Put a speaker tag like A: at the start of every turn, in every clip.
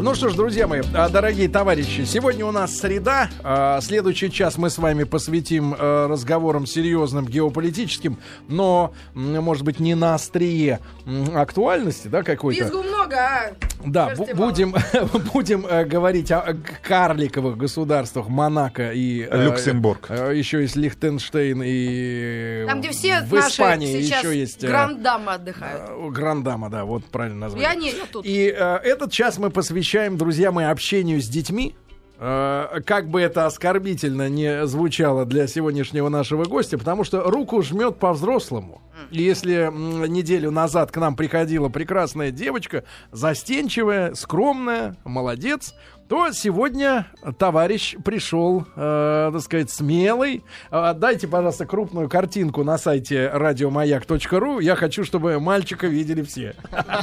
A: Ну что ж, друзья мои, а, дорогие товарищи, сегодня у нас среда. а, Следующий час мы с вами посвятим э, разговорам серьезным геополитическим, но, м, может быть, не на острие м, актуальности, да, какой-то.
B: Визгу много, а?
A: Да, бу-
B: Шерсти мало.
A: будем, будем э, говорить о к- карликовых государствах Монако и... э,
C: Люксембург.
A: э, еще есть Лихтенштейн и... э,
B: Там, где все
A: в
B: наши
A: Испании
B: сейчас
A: еще есть... э,
B: грандамы отдыхают.
A: э, Грандама, да, вот правильно название.
B: Я не, я тут.
A: И э, этот час мы посвящаем, друзья мои, общению с детьми. Э, Как бы это оскорбительно не звучало для сегодняшнего нашего гостя, потому что руку жмет по-взрослому. И Если м, неделю назад к нам приходила прекрасная девочка, застенчивая, скромная, молодец, то сегодня товарищ пришел, э, так сказать, смелый. Э, Дайте, пожалуйста, крупную картинку на сайте радиомаяк.ру. Я хочу, чтобы мальчика видели все.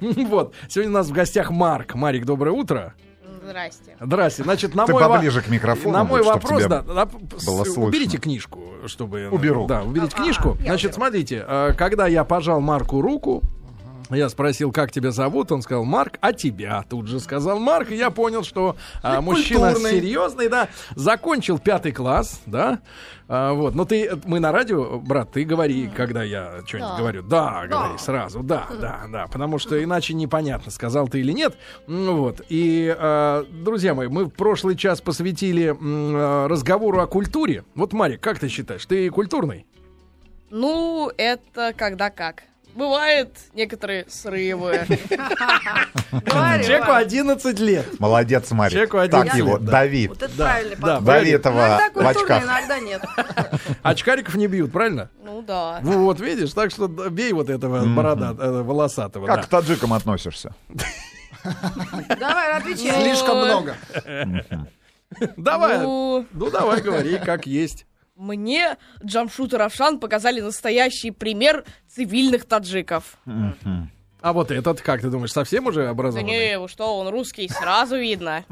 A: Вот. Сегодня у нас в гостях Марк. Марик, доброе утро.
D: Здрасте.
A: Здрасте. Значит, на
C: Ты
A: мой, во-
C: поближе к микрофону,
A: на мой
C: вот, чтоб
A: вопрос,
C: тебя
A: да, на- с-
C: было слышно.
A: уберите книжку, чтобы...
C: Уберу.
A: Да, уберите книжку.
B: я
A: Значит,
B: уберу.
A: смотрите, э, когда я пожал Марку руку, я спросил, как тебя зовут, он сказал Марк, а тебя тут же сказал Марк, и я понял, что а, мужчина
B: культурный.
A: серьезный, да, закончил пятый класс, да, А, вот, но ты, мы на радио, брат, ты говори, когда я что-нибудь
D: Да.
A: говорю, да,
B: Да.
A: говори сразу, да, да, да, потому что иначе непонятно, сказал ты или нет, М, вот, и, э, друзья мои, мы в прошлый час посвятили м, э, разговору о культуре, вот, Марик, как ты считаешь, ты культурный?
D: Ну, это когда как. Бывают некоторые срывы.
B: Говорю
A: Человеку
B: вам.
A: 11 лет.
C: Молодец, Марик.
A: Человеку
C: так
A: 11
C: его,
A: лет, да.
C: дави.
B: Вот это
A: Да,
B: правильный
A: да,
B: подход. Ну,
C: Дави
A: правильно.
C: этого
B: Иногда
C: в
B: культурный,
C: очках.
B: иногда нет.
A: Очкариков не бьют, правильно?
D: Ну да.
A: Вот, видишь, так что да, бей вот этого борода, э, волосатого.
C: Как
A: да.
C: к таджикам относишься?
B: Давай, отвечай.
E: Слишком
D: Ну,
E: много.
A: Давай, ну...
D: Ну,
A: давай говори, как есть.
D: мне Джамшут и Равшан показали настоящий пример цивильных таджиков.
A: А вот этот, как ты думаешь, совсем уже
D: Да
A: образованный?
D: не, вы что, он русский, сразу видно.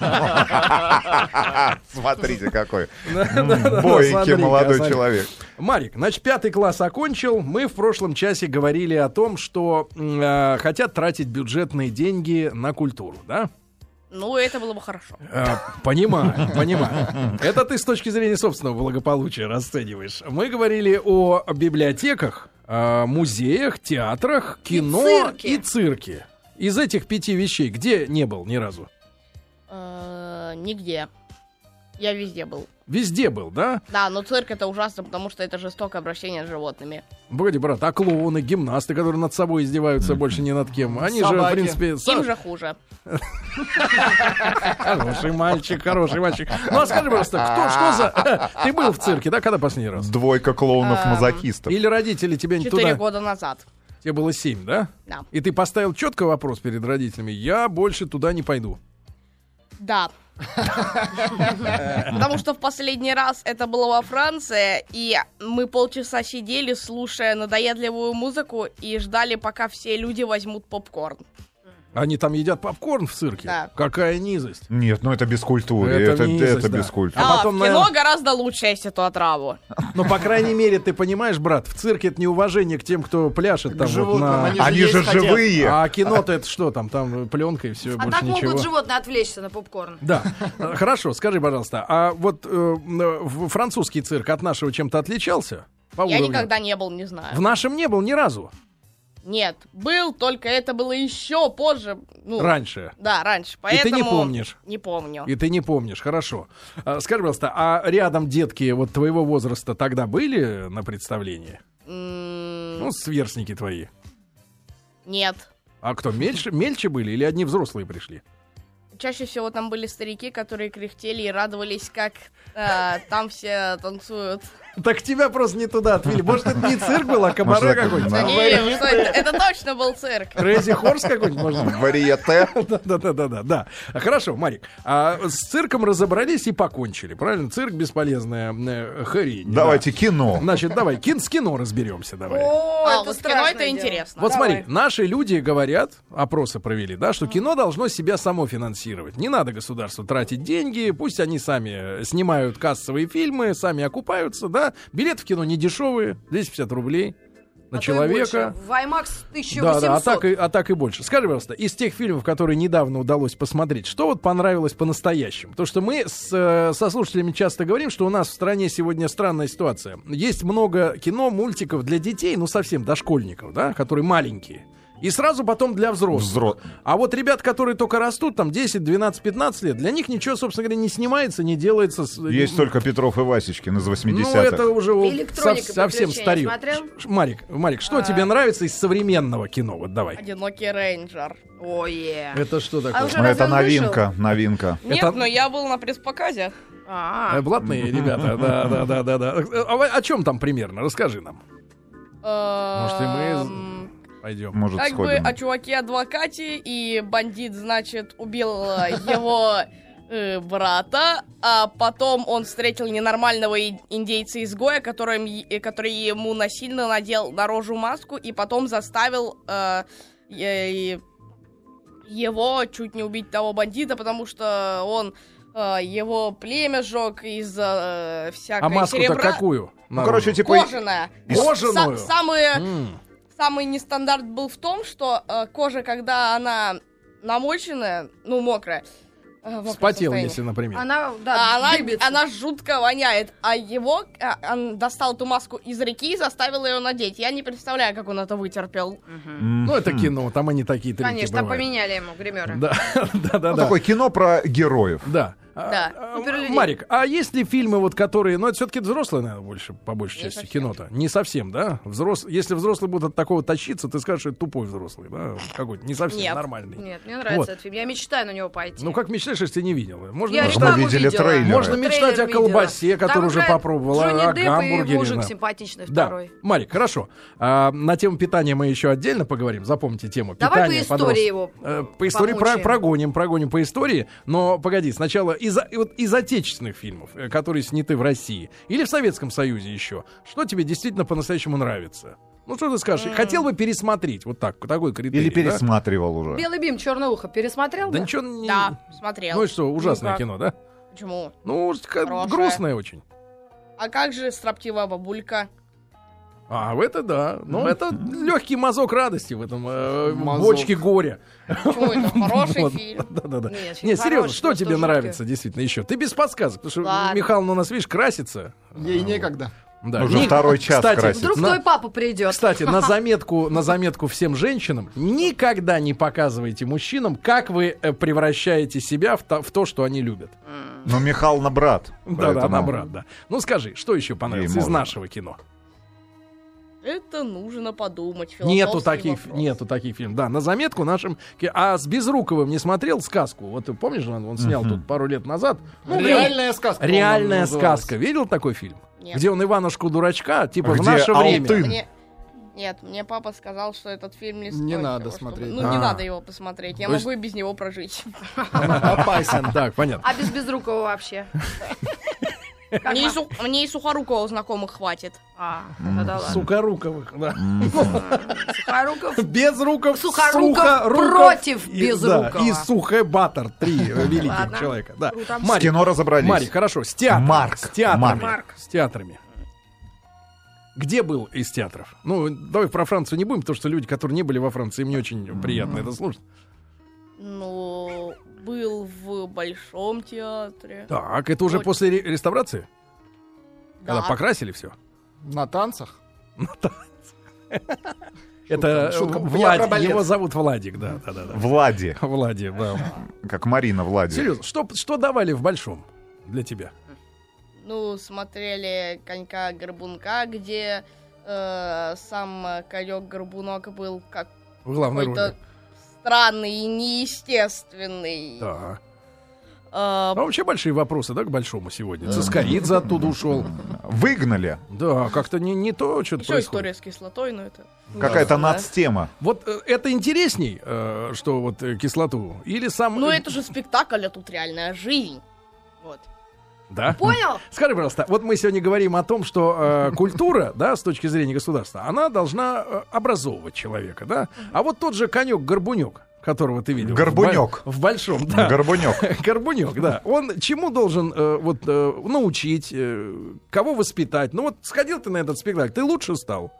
C: А, Смотрите, какой
A: Да, да, да,
C: бойкий
A: смотри-ка,
C: молодой
A: смотри.
C: человек.
A: Марик, значит, пятый класс окончил. Мы в прошлом часе говорили о том, что м, э, хотят тратить бюджетные деньги на культуру, да?
D: Ну, это было бы хорошо.
A: Э, Понимаю, понимаю. Это ты с точки зрения собственного благополучия расцениваешь. Мы говорили о библиотеках, э, музеях, театрах, кино
B: цирке.
A: и цирке. Из этих пяти вещей где не был ни разу?
D: Э, Нигде. Я везде был.
A: Везде был, да?
D: Да, но цирк это ужасно, потому что это жестокое обращение с животными.
A: Вроде, брат, а клоуны, гимнасты, которые над собой издеваются больше ни над кем. Они же, в
E: Собаки.
A: принципе,
D: Им
A: са-
D: же хуже.
A: хороший мальчик, хороший мальчик. Ну а скажи просто, кто, что за... Ты был в цирке, да, когда последний раз?
C: Двойка клоунов-мазохистов.
A: Или родители тебя не
D: Четыре
A: туда...
D: года назад.
A: Тебе было семь, да?
D: Да.
A: И ты поставил четко вопрос перед родителями. Я больше туда не пойду.
D: Да. Потому что в последний раз это было во Франции, и мы полчаса сидели, слушая надоедливую музыку, и ждали, пока все люди возьмут попкорн.
A: Они там едят попкорн в цирке.
D: Да.
A: Какая низость.
C: Нет, ну это без культуры.
A: Это
C: Это,
A: низость,
C: это
A: да.
C: без культуры.
A: А
D: А,
A: потом,
D: в кино
A: наверно- А
D: гораздо лучше, если ту отраву.
A: Но, по крайней мере, ты понимаешь, брат, в цирке это неуважение к тем, кто пляшет там вот
E: животным,
A: на...
E: они
C: Они
E: есть
C: же
E: хотят.
C: живые.
A: А кино-то это что там? Там пленка и все,
B: А
A: больше
B: так
A: ничего.
B: могут животные отвлечься на попкорн.
A: Да. Э, Хорошо, скажи, пожалуйста, а вот э, м, э, в- французский цирк от нашего чем-то отличался? По
D: Я
A: уровню?
D: никогда не был, не знаю.
A: В нашем не был ни разу
D: Нет, был, только это было еще позже. Ну,
A: раньше.
D: Да, раньше.
A: И
D: Поэтому
A: ты не помнишь.
D: Не помню.
A: И ты не помнишь, хорошо. А, Скажи, пожалуйста, а рядом детки вот твоего возраста тогда были на представлении?
D: М,
A: Ну, сверстники твои.
D: Нет.
A: А кто, мельче, мельче были или одни взрослые пришли?
D: Чаще всего там были старики, которые кряхтели и радовались, как э, там все танцуют.
A: Так тебя просто не туда отвели. Может, это не цирк был, а
C: кабаре Может, это какой-нибудь?
D: Да
C: Да.
D: не, вы что, это, это точно был цирк.
A: Крейзи Хорс какой-нибудь, может быть?
C: Варьете.
A: Да-да-да-да, да. Хорошо, Марик, а с цирком разобрались и покончили, правильно? Цирк бесполезная э, хрень. да.
C: Давайте кино.
A: Значит, давай, кин с кино разберемся, давай.
B: О,
D: А,
B: это
D: вот в кино
B: страшное
D: это
B: дело.
D: интересно.
A: Вот
B: Давай.
A: смотри, наши люди говорят, опросы провели, да, что кино должно себя само финансировать. Не надо государству тратить деньги, пусть они сами э, снимают кассовые фильмы, сами окупаются, да. Билеты в кино не дешевые, 250 рублей. на
B: А то и
A: человека.
B: больше. В IMAX 1800.
A: Да, да, а так, и, а так и больше. Скажи, пожалуйста, из тех фильмов, которые недавно удалось посмотреть, что вот понравилось по-настоящему? То, что мы с, э, со слушателями часто говорим, что у нас в стране сегодня странная ситуация. Есть много кино, мультиков для детей, ну совсем дошкольников, да, которые маленькие. И сразу потом для взрослых.
C: Взро-
A: А вот ребят, которые только растут, там 10, 12, 15 лет, для них ничего, собственно говоря, не снимается, не делается. с- э,
C: Есть только Петров и Васечкин из 80-х.
A: ну, это уже вот
B: Электроника,
A: сов- совсем
B: приключения
A: старик.
B: смотрел? А.
A: Марик, Марик, что тебе нравится из современного кино? Вот давай.
D: Одинокий рейнджер.
B: Ой, е.
A: Это что такое?
B: А уже
C: Ну,
B: разве
C: это
B: он
C: новинка, новинка.
D: Нет,
A: Это-
D: но я был на пресс-показе.
B: А,
A: Э, Блатные ребята, да, да, да, да, да. Э, а вы о чем там примерно? Расскажи нам.
D: Может,
A: и мы-
D: Эм,
A: Пойдем.
C: Может,
D: Как бы
C: сходим.
D: о чуваке-адвокате, и бандит, значит, убил э, его э, брата, а потом он встретил ненормального ин- индейца-изгоя, который, им- э, который ему насильно надел на рожу маску и потом заставил э, э, и его чуть не убить того бандита, потому что он э, его племя сжег из э, всякой
A: А маску-то
D: серебра.
A: какую?
C: Ну, короче, типа...
D: Кожаная.
A: Из- Кожаную?
D: Са- самые
A: М.
D: самый нестандарт был в том, что э, кожа, когда она намоченная, ну, мокрая, э, в мокром
A: Вспотел,
D: состоянии,
A: если, например.
B: она, да,
D: а она,
B: дыбится.
D: она жутко воняет, а его, э, он достал эту маску из реки и заставил ее надеть. Я не представляю, как он это вытерпел.
B: Мгм.
C: М.
A: Ну, это кино, там они такие трюки
B: Конечно, там
A: бывают.
B: поменяли ему гримера.
A: типа, Да, да, да,
C: Ну,
A: да.
C: Такое кино про героев.
A: Да.
D: Да,
A: А, а,
B: суперлюдей.
A: Марик, а есть ли фильмы, вот которые, ну это все-таки взрослые, наверное, больше, по большей
D: Не
A: части,
D: совсем.
A: кино-то? Не совсем, да? Взрос... Если взрослые будут от такого тащиться, ты скажешь, что это тупой взрослый, да? Какой-то не совсем
D: Нет.
A: нормальный.
B: Нет, мне нравится
A: Вот.
B: этот фильм. Я мечтаю на него пойти.
A: Ну как мечтаешь, если ты не видел? Можно
B: Я
A: на-
C: рекламу
B: рекламу
C: Мы видели
B: видела.
C: трейлер.
A: Можно
B: Трейлер
A: мечтать о
B: видела.
A: колбасе,
B: Там
A: которую уже
B: играет
A: попробовала,
B: Джонни
A: о
B: Депп
A: гамбургере,
B: и мужик
A: да.
B: симпатичный
A: Да,
B: э, второй.
A: Марик, хорошо. А, на тему питания мы еще отдельно поговорим. Запомните тему
B: Давай
A: питания.
B: по истории его,
A: Э,
B: э,
A: По истории про-
B: помучаем.
A: прогоним, прогоним по истории. Но погоди, сначала из, и вот из отечественных фильмов, э, которые сняты в России или в Советском Союзе еще, что тебе действительно по-настоящему нравится? Ну что ты скажешь? Хотел бы пересмотреть вот так, такой критерий.
C: Или
A: да?
C: пересматривал уже.
B: Белый Бим, черное ухо, пересмотрел?
A: Да
B: бы?
A: ничего не.
D: Да, смотрел.
A: Ну и что, ужасное
D: Никак.
A: кино, да?
D: Почему?
A: Ну, как,
D: Хорошее.
A: грустное очень.
D: А как же строптивая бабулька?
A: А, в это да. Ну, это легкий мазок радости в этом э,
E: Мазок.
A: бочке горя.
D: Почему это хороший
A: Вот.
D: фильм?
A: Да-да-да.
B: Нет, фильм
A: Не, серьезно,
B: хороший,
A: что
B: просто
A: тебе
B: жуткий.
A: нравится действительно еще? Ты без подсказок, потому что
B: Ладно.
A: Михайловна у нас, видишь, красится.
E: Ей некогда.
A: Да.
C: Уже
A: Ник-
C: второй час
A: кстати,
C: красится.
B: Вдруг
A: на-
B: твой папа придет.
A: Кстати, на заметку, на заметку всем женщинам, никогда не показывайте мужчинам, как вы э, превращаете себя в, то- в то, что они любят.
C: Но Михал на брат.
A: Да-да,
C: поэтому-
A: она брат, да. Ну скажи, что еще понравилось из
C: можно.
A: нашего кино?
D: Это нужно подумать.
A: Нету
D: философский
A: таких,
D: вопрос.
A: нету таких фильмов. Да, на заметку нашим. ки- А с Безруковым не смотрел сказку? Вот ты помнишь, он, он снял тут пару лет назад. Ну,
E: Реальная сказка.
A: блин, реальная
E: по-моему, называлась.
A: сказка. Видел такой фильм?
D: Нет.
A: Где он Иванушку дурачка, типа в
C: Где
A: наше
C: Алтын?
A: время.
D: Мне- Нет, мне папа сказал, что этот фильм не стоит.
E: Не
D: того,
E: надо
D: чтобы-
E: смотреть.
D: Ну, не
A: А.
D: надо его посмотреть. Я
A: То есть-
D: могу и без него прожить.
A: Опасен. Так, понятно.
B: А без Безрукова вообще?
D: Мне и, су- мне и Сухорукова знакомых хватит.
B: А, тогда да ладно.
A: Сукоруковых, да.
B: Сухоруков.
A: Без руков,
B: Сухоруков против Безрукова.
A: И Сухебатор, три э,
B: Ладно. Ну,
A: великих человека. Да.
B: Круто.
A: Марик,
C: С кино разобрались.
A: Марик, хорошо, с театрами.
C: Марк,
A: С театрами.
B: Марк.
A: С театрами. Где был из театров? Ну, давай про Францию не будем, потому что люди, которые не были во Франции, им не очень приятно это слушать.
D: Ну, был в Большом театре.
A: Так, это уже
D: Вот.
A: после ре- реставрации? Когда
D: Да.
A: покрасили все?
E: На танцах?
A: Это
E: шутка.
A: э,
E: Я
A: Владик,
E: про балет.
A: его зовут Владик, да, да, да. да.
C: Влади.
A: Влади, да.
C: Как Марина Влади.
A: Серьезно, что, что давали в Большом для тебя?
D: Ну, смотрели конька горбунка, где э, сам конек горбунок был
A: В главной
D: какой-то
A: роли.
D: странный и неестественный.
A: Да.
D: Э,
A: А вообще большие вопросы, да, к Большому сегодня? Цискоридзе оттуда ушел.
C: Выгнали.
A: Да, как-то не, не то что-то
D: еще
A: Ну, происходит.
D: история с кислотой, но это.
C: Какая-то
D: Да.
C: нацтема.
A: Вот э, это интересней, э, что вот э, кислоту, или сам... э,
D: Ну, это же спектакль, а тут реальная жизнь. Вот.
A: Да?
B: Понял?
A: Скажи, пожалуйста, вот мы сегодня говорим о том, что э, культура, да, с точки зрения государства, она должна э, образовывать человека, да? А вот тот же конек-горбунек, которого ты видел. в
C: Горбунёк.
A: бо- В, большом, да.
C: Горбунек.
A: Горбунек, да. Он чему должен э, вот э, научить, э, кого воспитать? Ну вот сходил ты на этот спектакль, ты лучше стал.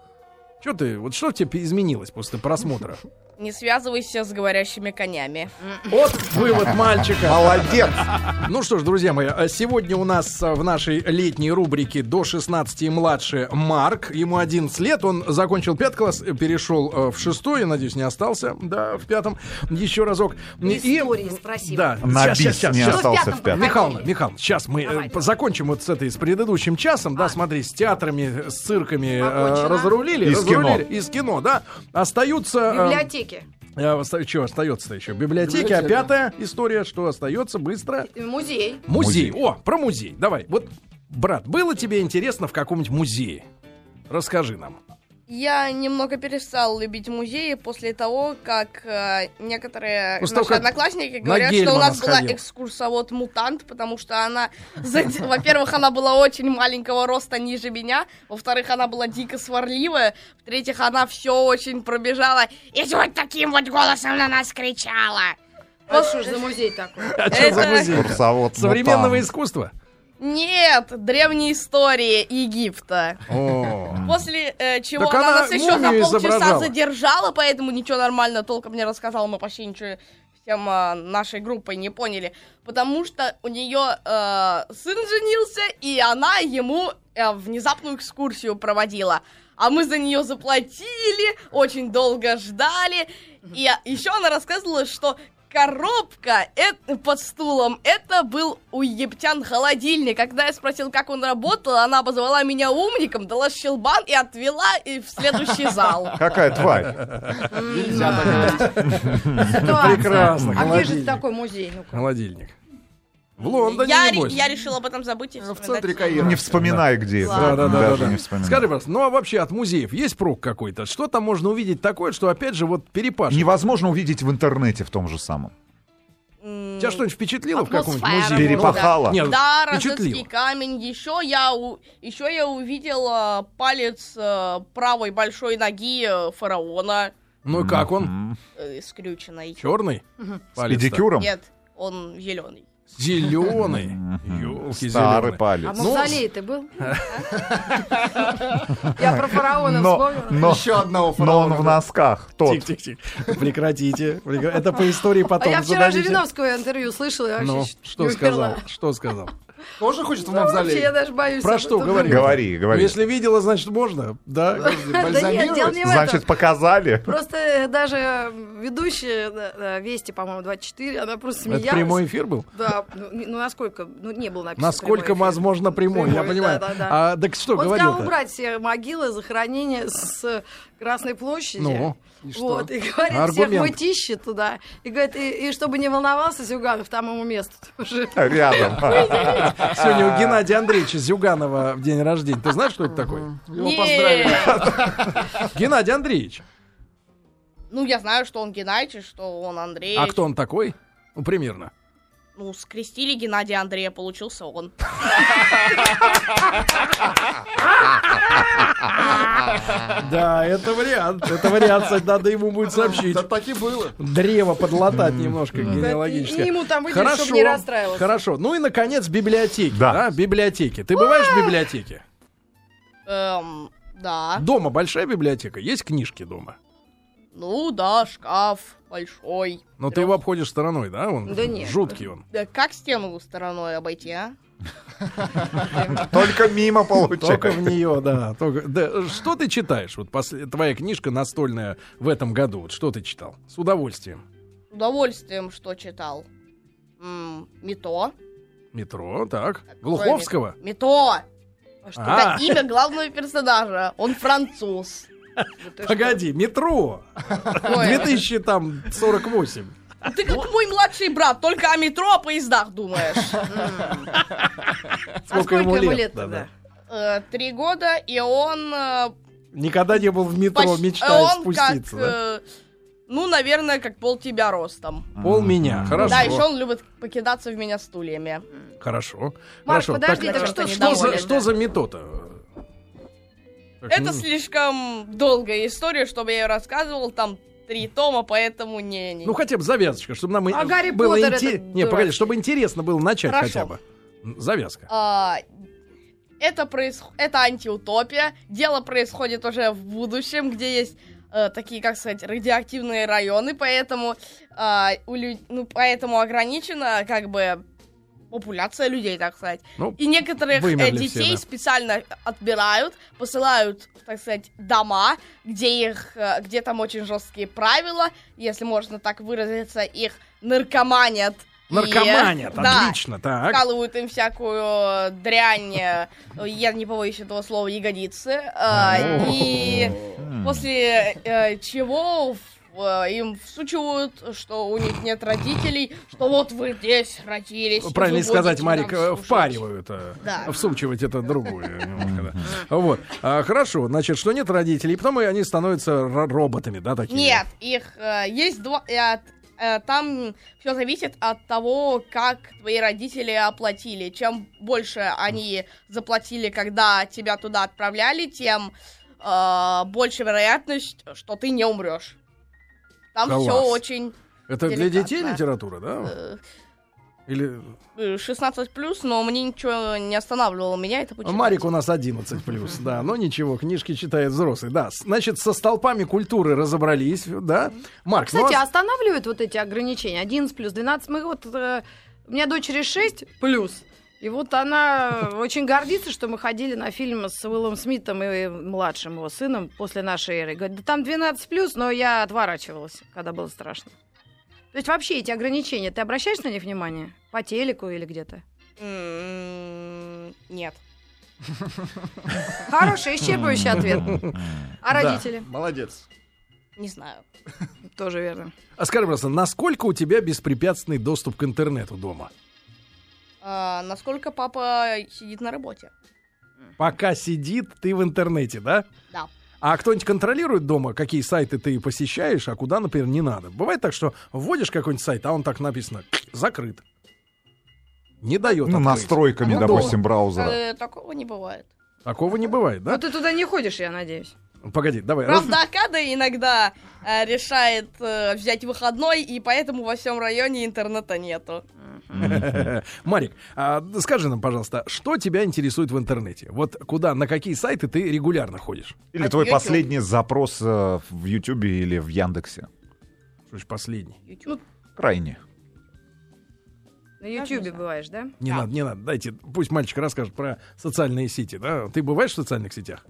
A: Что ты, вот что тебе изменилось после просмотра?
D: Не связывайся с говорящими конями.
A: Вот вывод мальчика.
C: Молодец!
A: Ну что ж, друзья мои, а сегодня у нас а, в нашей летней рубрике до 16 и младше Марк. Ему 11 лет, он закончил 5 класс, э, перешел э, в 6, я надеюсь, не остался, да, в пятом. Еще разок.
B: Истории спроси.
A: Да,
C: На
A: щас, щас,
C: бис
A: щас,
C: не
A: щас.
B: осталось.
C: остался в
B: пятом
C: пятом.
B: проходил?
A: Михаил, Михаил, сейчас мы э,
B: Давай.
A: по- закончим вот с этой, с предыдущим часом, да, смотри, с театрами, с цирками э,
B: Окончено.
A: разрулили,
C: И с кино.
A: разрулили, из кино, да, остаются, э,
B: Библиотеки.
A: что остается-то еще, библиотеки, а
E: Библиотека.
A: пятая история, что остается быстро,
B: Музей.
A: музей,
C: Музей.
A: о, про музей, давай, вот, брат, было тебе интересно в каком-нибудь музее? Расскажи нам.
D: Я немного перестал любить музеи после того, как э, некоторые
A: После того,
D: наши
A: как
D: одноклассники
A: на
D: говорят, что у
A: Гельмана
D: нас была
A: сходил.
D: экскурсовод-мутант, потому что она, зад- во-первых, она была очень маленького роста ниже меня, во-вторых, она была дико сварливая, в-третьих, она все очень пробежала и вот таким вот голосом на нас кричала.
B: Вот что ж за музей такой.
A: А чё за
D: Это-
A: музей?
C: Курсовод
A: Современного
C: мутант.
A: искусства?
D: Нет, древней истории Египта.
A: О.
D: После э, чего
A: Так
D: она,
A: она
D: нас еще на
A: мумию
D: полчаса
A: изображала.
D: задержала, поэтому ничего нормально толком не рассказала. Мы почти ничего всем э, нашей группой не поняли. Потому что у нее э, сын женился, и она ему э, внезапную экскурсию проводила. А мы за нее заплатили, очень долго ждали. И а, еще она рассказывала, что коробка э, под стулом, это был у египтян холодильник. Когда я спросил, как он работал, она обозвала меня умником, дала щелбан и отвела и в следующий зал.
C: Какая тварь?
E: Нельзя так говорить.
B: Ситуация.
A: Прекрасно,
B: А где же
A: холодильник.
B: такой музей? Ну, Ну-ка.
A: Холодильник. В Лондоне,
D: я,
A: небось.
D: ре- я решил об этом забыть. и
E: В
D: вспоминать
E: центре
D: не
E: Каира.
C: Не вспоминай, где это.
A: Да, да, да, да,
C: Даже
A: да.
C: не вспоминай.
A: Скажи, пожалуйста, ну а вообще от музеев есть прок какой-то? Что там можно увидеть такое, что опять же вот перепашет?
C: Невозможно увидеть в интернете в том же самом.
D: М,
A: Тебя что-нибудь впечатлило в каком-нибудь
D: Атмосфера,
A: музее?
D: может,
C: Перепахала.
A: ну Нет,
D: Да,
A: впечатлило.
D: розетский камень. Еще я, у... еще я увидела палец э, правой большой ноги э, фараона
A: Ну и как он?
C: М.
D: э, скрюченной.
A: Черный?
C: С педикюром?
D: Нет, он зеленый.
A: Зеленый.
C: Мгм.
A: Елки
C: Старый
B: А
C: палец.
A: Ну,
B: мавзолей ты был? А? Я про фараона
C: Но,
B: вспомнила.
C: но,
E: Еще одного
C: но он
E: фараона.
C: в носках, тот.
A: Тихо-тихо. Прекратите. прекра- Это по истории
B: А
A: потом
B: я вчера
A: зададите.
B: Жириновского интервью слышала, я
A: Ну,
B: вообще чуть
A: что
B: не
A: сказал?
B: умерла.
A: Что сказал?
E: Тоже хочет в
B: Ну, Вообще, я
E: мавзолей?
B: даже боюсь.
A: Про
B: об
A: что
B: этом
A: говорил?
B: думать.
C: Говори,
A: Ну,
C: говори.
A: Если видела, значит, можно? Да?
B: Да
E: Подожди,
B: нет, дело
E: бальзамировать?
B: не в этом.
C: Значит, показали.
B: Просто э, даже ведущая да, да, Вести, по-моему, 24, она просто смеялась.
A: Это прямой эфир был?
B: Да, ну не- ну насколько, ну не было написано.
A: Насколько
B: прямой эфир.
A: возможно прямой, я
B: Прямой,
A: понимаю.
B: да, да, да.
A: А так что
B: Он сказал
A: говорил-то?
B: убрать все могилы, захоронения с Красной площади.
A: Ну,
E: и что?
B: вот, и говорит, всех
A: Аргумент.
B: мытищи туда. И говорит, и, и чтобы не волновался Зюганов, там ему место Типа, тоже.
C: Рядом.
A: Сегодня у Геннадия Андреевича Зюганова в день рождения. Ты знаешь, что это такое?
E: Его
D: Не.
E: поздравили.
A: Геннадий Андреевич.
D: Ну, я знаю, что он Геннадьевич, что он Андрей.
A: А кто он такой? Ну, примерно.
D: Ну, скрестили Геннадия Андрея, получился он.
A: Да, это вариант. Это вариант, кстати, надо ему будет сообщить.
E: Да так и было.
A: Древо подлатать немножко
B: И
A: генеалогически.
B: ему там выйдет, чтобы не расстраивался.
A: хорошо. Ну и, наконец, библиотеки. Да.
C: Да.
A: библиотеки. Ты бываешь в библиотеке?
D: Эм, да.
A: Дома большая библиотека? Есть книжки дома?
D: Ну, да, шкаф большой.
A: Но ты его обходишь стороной, да? Он
B: Да нет.
A: жуткий он.
D: Да как стену стороной обойти, а?
C: Только мимо
A: Только
C: получается.
A: в нее, да, только- да. Что ты читаешь? Вот после- твоя книжка настольная в этом году. Вот что ты читал? С удовольствием.
D: С удовольствием, что читал. М, Мито.
A: Метро, так. Глуховского.
D: Мито!
B: А что,
A: А,
D: Это имя главного персонажа. Он француз.
B: да ты что?
A: погоди, метро.
D: Ой,
A: 2048.
D: Ты как мой младший брат, только о метро, о поездах думаешь.
B: А сколько ему лет
A: Да,
B: тогда?
D: Э, Три года, и он... э,
A: да. Никогда не был в метро,
D: поч-
A: мечтает
D: он
A: спуститься.
D: как,
A: да.
D: э, Ну, наверное, как пол тебя ростом.
A: Пол меня. Хорошо.
D: Да, еще он любит покидаться в меня стульями.
A: Хорошо.
B: Марк,
A: хорошо.
B: подожди,
D: так
B: так что,
D: что не
A: что,
B: что
A: за,
D: доволен,
A: что
D: да.
A: за мето-то? Так,
D: Это
A: ну,
D: слишком долгая история, чтобы я ее рассказывал. Там три тома, поэтому не... не.
A: Ну, хотя бы завязочка, чтобы нам и-
B: А Гарри
A: было
B: Поттер
A: инте-
B: этот
A: Не, погоди,
B: дурацкий.
A: чтобы интересно было начать
D: Хорошо.
A: хотя бы. М, Завязка.
D: А, Это, происх- это антиутопия. Дело происходит уже в будущем, где есть э, такие, как сказать, радиоактивные районы, поэтому, а, у лю- ну, поэтому ограничена как бы популяция людей, так сказать.
A: Ну,
D: И некоторых э,
A: вымерли все,
D: детей
A: да.
D: специально отбирают, посылают, так сказать, дома, где их, э, где там очень жесткие правила, если можно так выразиться, их наркоманят. и-
A: Наркоманят,
D: да,
A: отлично, так.
D: вкалывают им всякую дрянь, э, я не побоюсь этого слова, ягодицы. э, И после э, чего в- э, им всучивают, что у них нет родителей, что вот вы здесь родились. и
A: Правильно
D: вы
A: сказать,
D: будете
A: Марик,
D: нам
A: э,
D: служить.
A: впаривают. э,
D: Да.
A: Всучивать это другую. немножко, да. Вот. А, Хорошо, значит, что нет родителей, потом и они становятся ро- роботами, да, такие?
D: Нет, их э, есть два... э, от- э, Там все зависит от того, как твои родители оплатили. Чем больше они заплатили, когда тебя туда отправляли, тем э, больше вероятность, что ты не умрешь. Там
A: Класс.
D: все очень
A: Это для
D: Деликатно.
A: детей литература, да?
D: э,
A: Или...
D: э, 16 плюс, но мне ничего не останавливало меня это почему.
A: Марик у нас 11 плюс, да, но ничего, книжки читает взрослый, да. С- Значит, со столпами культуры разобрались, да. Марк, ну,
B: Кстати,
A: а-
B: останавливают вот эти ограничения. 11 плюс 12. Мы вот, э, у меня дочери 6 плюс. И вот она очень гордится, что мы ходили на фильм с Уиллом Смитом и младшим его сыном после нашей эры. Говорит, да там 12 плюс, но я отворачивалась, когда было страшно. То есть вообще эти ограничения, ты обращаешь на них внимание? По телеку или где-то?
D: М, Нет.
B: Хороший, исчерпывающий ответ. А родители?
E: Молодец.
D: Не знаю.
B: Тоже верно.
A: а скажи, просто, насколько у тебя беспрепятственный доступ к интернету дома?
D: А, насколько папа сидит на работе?
A: Пока сидит, ты в интернете, да?
D: Да.
A: А кто-нибудь контролирует дома, какие сайты ты посещаешь, а куда, например, не надо? Бывает так, что вводишь какой-нибудь сайт, а он так написано «закрыт». Не дает
C: Ну,
A: открыть.
C: настройками,
A: Ну,
C: допустим, браузера.
D: Э, такого не бывает.
A: Такого не бывает,
B: Но
A: да?
B: ты туда не ходишь, я надеюсь.
A: Погоди, давай.
D: Правда, Акада иногда э, решает э, взять выходной, и поэтому во всем районе интернета нету.
A: Марик, а, д- скажи нам, пожалуйста, что тебя интересует в интернете? Вот куда, на какие сайты ты регулярно ходишь?
C: Или
D: А
C: твой
D: YouTube?
C: последний запрос э, в Ютубе или в Яндексе.
A: Что ж, последний.
D: YouTube.
C: Крайне.
B: На Ютьюбе бываешь, да?
A: Не надо, не надо. Дайте, пусть мальчик расскажет про социальные сети. Да? Ты бываешь в социальных сетях?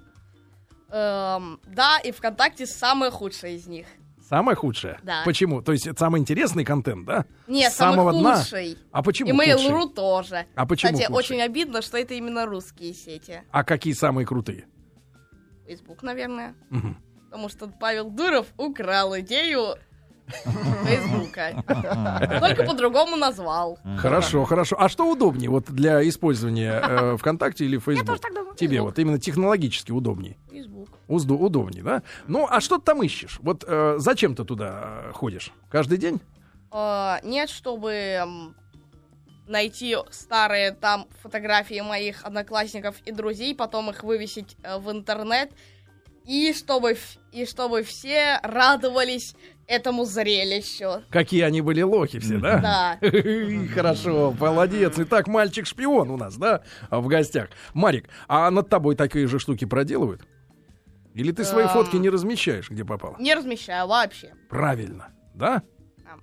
D: Эм, да, и ВКонтакте самое худшее из них.
A: Самое худшее?
D: Да.
A: Почему? То есть это самый интересный контент, да?
D: Нет,
A: С
D: самый
A: самого дна?
D: худший.
A: А почему
D: И Mail.ru
A: худший?
D: тоже.
A: А почему
D: Кстати,
A: худший?
D: очень обидно, что это именно русские сети.
A: А какие самые крутые?
D: Facebook, наверное.
A: Мгм.
D: Потому что Павел Дуров украл идею Фейсбука. Только по-другому назвал.
A: Хорошо, хорошо. А что удобнее вот для использования э, ВКонтакте или Facebook?
B: тоже так думаю. Ну,
A: Тебе вот именно технологически удобнее.
D: Фейсбук.
A: Узду, удобнее, да? Ну, а что ты там ищешь? Вот э, зачем ты туда э, ходишь? Каждый день?
D: А, нет, чтобы м, найти старые там фотографии моих одноклассников и друзей, потом их вывесить э, в интернет, и чтобы, ф- и чтобы все радовались этому зрелищу.
A: Какие они были лохи все, да?
D: Да.
A: Хорошо, молодец. Итак, мальчик-шпион у нас, да, в гостях. Марик, а над тобой такие же штуки проделывают? Или ты свои
D: Эм.
A: фотки не размещаешь, где попало?
D: Не размещаю вообще.
A: Правильно, да?
D: Да.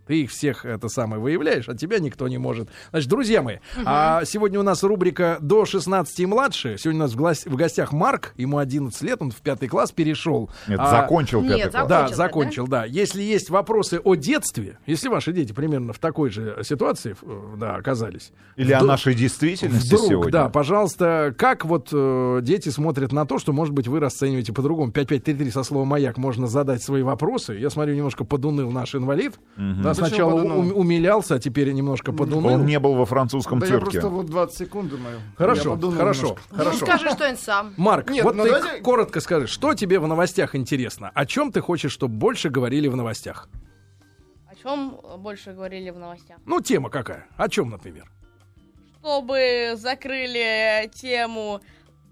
A: Ты их всех это самое выявляешь, а тебя никто не может. Значит, друзья мои, а сегодня у нас рубрика «До 16 и младше». Сегодня у нас в, глас- в гостях Марк, ему 11 лет, он в пятый класс перешел.
C: Нет,
A: А,
C: закончил
B: Нет,
C: пятый класс.
B: закон-
A: Да,
B: Закончил,
A: закончил, да. Если есть вопросы о детстве, если ваши дети примерно в такой же ситуации ф- э, да, оказались.
C: Или о
A: вдруг-
C: нашей действительности
A: Вдруг,
C: сегодня.
A: да, пожалуйста, как вот э, дети смотрят на то, что, может быть, вы расцениваете по-другому. 5533 со словом «Маяк» можно задать свои вопросы. Я смотрю, немножко подуныл наш инвалид.
C: Мгм.
A: Да,
E: Почему
A: сначала
E: подуныл?
A: ум- умилялся, а теперь немножко подуныл.
C: Он не был во французском
E: Да я
C: цирке.
E: просто вот 20 секунд думаю. Я
A: Хорошо,
E: подумал
A: хорошо,
E: немножко.
A: хорошо.
B: Ну, скажи что-нибудь сам.
A: Марк,
E: Нет,
A: вот
E: ну
A: ты
E: давайте-
A: коротко скажи, что тебе в новостях интересно? О чем ты хочешь, чтобы больше говорили в новостях?
D: О чем больше говорили в новостях?
A: Ну, тема какая? О чем, например?
D: Чтобы закрыли тему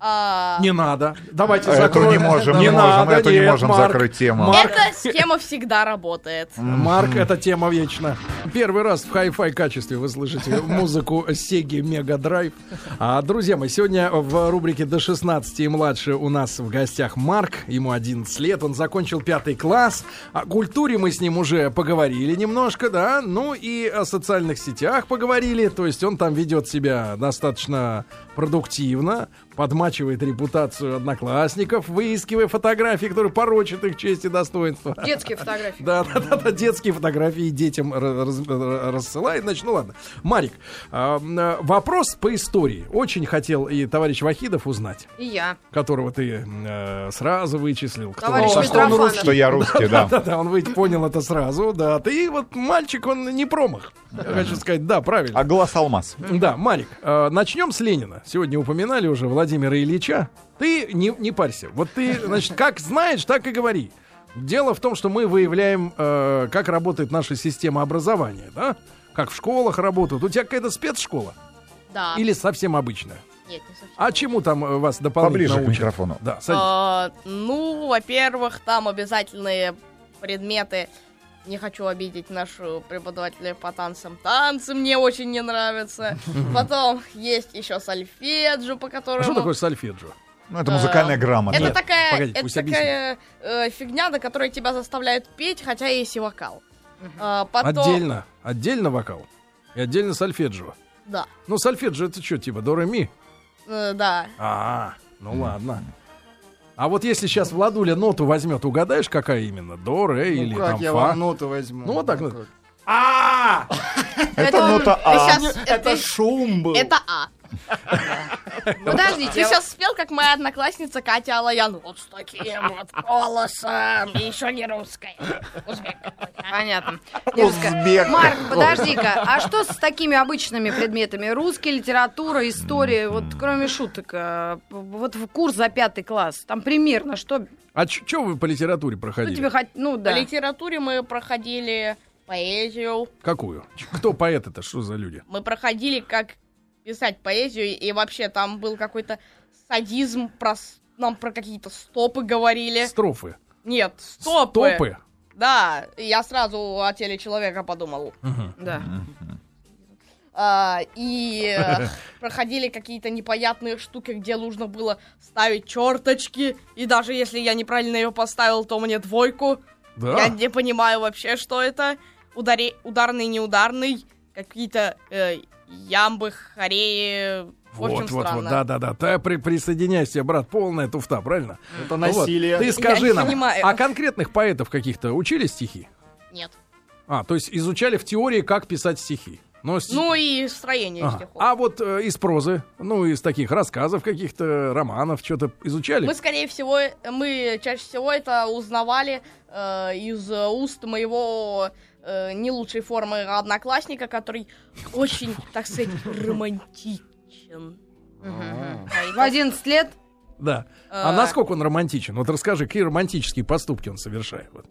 D: а,
A: Не надо. Давайте
C: Эту
A: закроем.
C: не можем,
A: Не
C: не можем,
A: надо,
C: эту не
A: нет,
C: можем
A: Марк.
C: закрыть тему.
A: Марк.
D: эта схема всегда работает.
A: Марк, эта тема вечно. Первый раз в хай-фай качестве вы слышите музыку Сеги Мега Драйв. А, друзья мои, сегодня в рубрике «До 16 и младше» у нас в гостях Марк. Ему 11 лет, он закончил пятый класс. О культуре мы с ним уже поговорили немножко, да. Ну и о социальных сетях поговорили. То есть он там ведет себя достаточно продуктивно, подмачивает репутацию одноклассников, выискивая фотографии, которые порочат их честь и достоинство.
B: Детские фотографии.
A: Да, да, да, да, детские фотографии детям ра- раз- ра- рассылает. Значит, ну ладно. Марик, а, м, э, вопрос по истории. Очень хотел и товарищ Вахидов узнать,
B: И я.
A: которого ты э, сразу вычислил. Кто
B: Товарищ
A: он,
C: Что,
A: что он
B: Митрофанов.
A: русский.
C: Что я русский, да.
A: Да, да, он вы- понял это сразу, да. Ты вот мальчик, он не промах. Я хочу сказать, да, правильно.
C: А глаз алмаз.
A: Да, Марик, э, начнем с Ленина. Сегодня упоминали уже Владимира Ильича. Ты не, не парься. Вот ты, значит, как знаешь, так и говори. Дело в том, что мы выявляем, э, как работает наша система образования, да? Как в школах работают. У тебя какая-то спецшкола?
D: Да.
A: Или совсем обычная?
D: Нет, не совсем.
A: А чему там э, вас дополнительно
C: Поближе к
A: учат?
C: микрофону.
A: Да, садись.
D: А, ну, во-первых, там обязательные предметы. Не хочу обидеть нашу преподавателя по танцам. Танцы мне очень не нравятся. Потом есть еще сольфеджио, по
A: А
D: которому...
A: что такое сольфеджио?
C: Ну, это музыкальная
D: Э,
C: грамота.
D: Это
A: Нет,
D: такая,
A: погоди,
D: это
A: пусть
D: такая э, фигня, на которой тебя заставляют петь, хотя есть и вокал. А, потом-
A: Отдельно. Отдельно вокал. И отдельно сольфеджио.
D: Да,
A: Ну, сольфеджио это что, типа до ре ми?
D: э, да.
A: А, ну ладно. А вот если сейчас Владуля ноту возьмет, угадаешь, какая именно? До, ре или
E: Ну как
A: там
E: я
A: фа?
E: вам ноту возьму?
A: Ну, вот так вот.
E: как?
A: А!
C: Это
D: он-
C: нота
D: ты
C: А.
D: щас-
E: Это
D: ты-
E: шум был.
D: Это А.
B: Подождите,
D: Ты
B: я-
D: сейчас спел, как моя одноклассница Катя Алаян. Вот с таким вот голосом. И еще не русская. Узбек.
B: Понятно. Не русская. Марк, подожди-ка, а что с такими обычными предметами? Русский, литература, история, вот кроме шуток, э, вот в курс за пятый класс, там примерно что,
A: А что вы по литературе
B: что
A: проходили?
B: тебе хоть, ну
D: По
B: да.
D: литературе мы проходили поэзию.
A: Какую? Ч- Кто поэт это? Что за люди?
D: Мы проходили, как писать поэзию. И вообще там был какой-то садизм. Про... с- Нам про какие-то стопы говорили.
A: Строфы.
D: Нет, Э, стопы.
A: Стопы?
D: Да, я сразу о теле человека подумал.
A: Мгм.
B: Да.
D: А, и э, проходили какие-то непонятные штуки, где нужно было ставить черточки. И даже если я неправильно ее поставил, то мне двойку.
A: Да.
D: Я не понимаю вообще, что это. Ударе... Ударный, неударный. Какие-то э, ямбы, хореи. в
A: Вот,
D: общем,
A: вот, вот,
D: странно.
A: да, да, да. Ты при, присоединяйся, брат, полная туфта, правильно?
E: Это
A: Ну вот.
E: насилие.
A: Ты скажи
D: не
A: нам,
D: понимаю.
A: а конкретных поэтов каких-то учили стихи?
D: Нет.
A: А, то есть изучали в теории, как писать стихи. Но стих-
D: Ну и строение
A: Ага.
D: стихов.
A: А вот э, из прозы, ну, из таких рассказов каких-то, романов, что-то изучали?
D: Мы, скорее всего, мы чаще всего это узнавали э, из уст моего э, не лучшей формы одноклассника, который очень, так сказать, романтичен.
B: Мгм.
D: Да, и
B: В 11 лет?
A: Да.
D: то-
A: А
D: э,
A: насколько он романтичен? Вот расскажи, какие романтические поступки он совершает вот,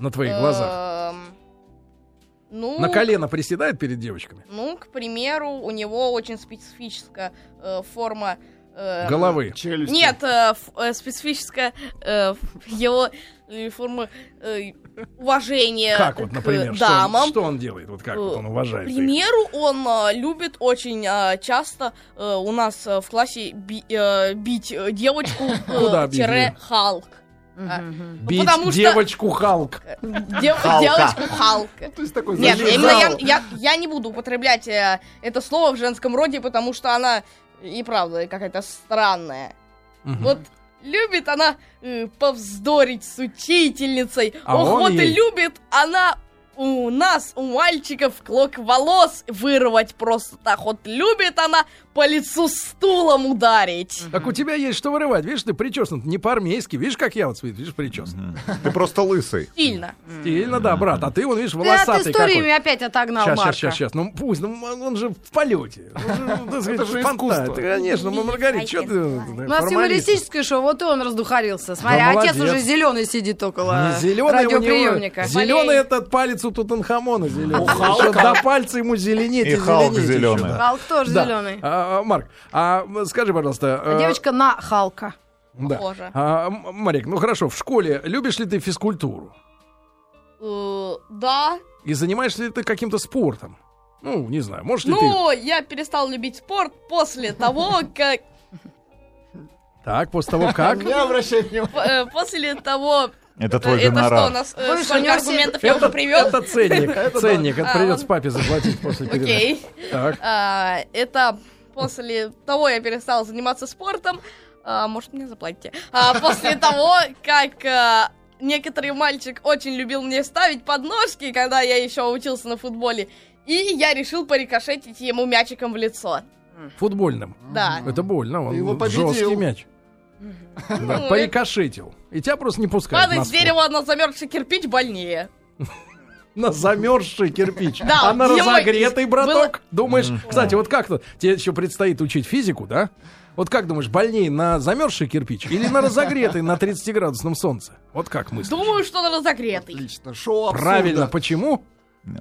A: на твоих глазах?
D: эм, Э, Ну,
A: На колено приседает перед девочками?
D: ну, к примеру, у него очень специфическая э, форма... э,
A: Головы.
E: Челюсти.
D: Нет, э, ф- э, специфическая э, ф- его э, форма э, уважения
A: Как вот,
D: к
A: например, что
D: э, дамам. Э,
A: он, что он делает? Вот как вот он уважает?
D: К
A: их?
D: примеру, он а, любит очень а, часто э, у нас а, в классе би- э, бить э, девочку э,
A: Куда били?
D: тире Халк. А,
B: Мгм.
A: Бить
D: потому что- Э,
A: девочку Халк.
D: Дев- Девочку Халк.
E: То есть такой
D: Нет,
E: залезал.
D: именно я, я- я не буду употреблять э, это слово в женском роде, потому что она и правда какая-то странная.
A: Мгм.
D: Вот любит она э, повздорить с учительницей.
A: А
D: Ох,
A: он
D: вот
A: ей.
D: и любит она у нас, у мальчиков, клок волос вырвать просто так. Вот любит она по лицу стулом ударить.
A: Так у тебя есть что вырывать. Видишь, ты причесан не по-армейски. Видишь, как я вот, смотри, видишь, причесан.
C: Ты просто лысый.
D: Сильно.
A: Сильно, да, брат. А ты, он, видишь,
B: Ты от
A: волосатый
B: историями
A: какой.
B: опять отогнал
A: Сейчас,
B: Марка.
A: сейчас, сейчас, сейчас. Ну пусть, ну он же в полете. Он же, ну, так сказать,
E: Это же
A: фантаст.
E: искусство.
A: Конечно, ну, Маргарит, что ты...
B: Ну, а
A: формалист.
B: символистическое шоу, вот и он раздухарился. Смотри,
A: Да
B: отец
A: молодец.
B: уже зеленый сидит около
A: Не зеленый
B: А, радиоприемника.
A: Зеленый
D: Болеет.
A: этот палец яйцу Тутанхамона зеленые.
C: Халка.
A: Еще До пальца ему зеленеть
C: И
A: и,
C: Халк
A: зеленеть еще,
C: зелёный.
A: да.
B: Халк тоже
A: Да.
B: зеленый.
A: А, а, Марк, а м, скажи, пожалуйста... э,
B: Девочка на Халка.
A: да.
D: Похоже.
A: А, М- Марик, ну хорошо, в школе любишь ли ты физкультуру?
D: Э, Да.
A: И занимаешься ли ты каким-то спортом? Ну, не знаю, можешь ли ты...
D: Ну, я перестал любить спорт после того, как...
A: Так, после того как...
E: Не обращай внимания.
D: э, После того...
C: Это
D: Э,
C: твой
D: Это что, у
C: гонорар.
D: нас э,
B: Помнишь,
D: сколько
B: университет-
D: аргументов я уже привел?
A: Это ценник,
E: да.
A: ценник. Это
D: А,
A: придется
D: он-
A: папе заплатить после перерыва.
D: Окей.
A: Так.
D: А, Это после того я перестал заниматься спортом. А, Может, мне заплатите. А, После того, как а, некоторый мальчик очень любил мне ставить подножки, когда я еще учился на футболе. И я решил порикошетить ему мячиком в лицо.
A: Футбольным.
D: Да.
A: Это больно, он
E: Ты его победил.
A: жесткий мяч. Да,
D: Ну,
A: порикошетил. И тебя просто не пускают на
D: Падать с
A: спорт.
D: дерева на замерзший кирпич больнее.
A: На замерзший кирпич.
D: Да,
A: а на
D: его
A: разогретый,
D: из-
A: браток, думаешь... Кстати, вот как-то... Тебе еще предстоит учить физику, да? Вот как думаешь, больнее на замерзший кирпич или на разогретый на 30-градусном солнце? Вот как мысль?
D: Думаю, что он разогретый.
E: Отлично. Шоу абсурда.
A: Правильно, почему?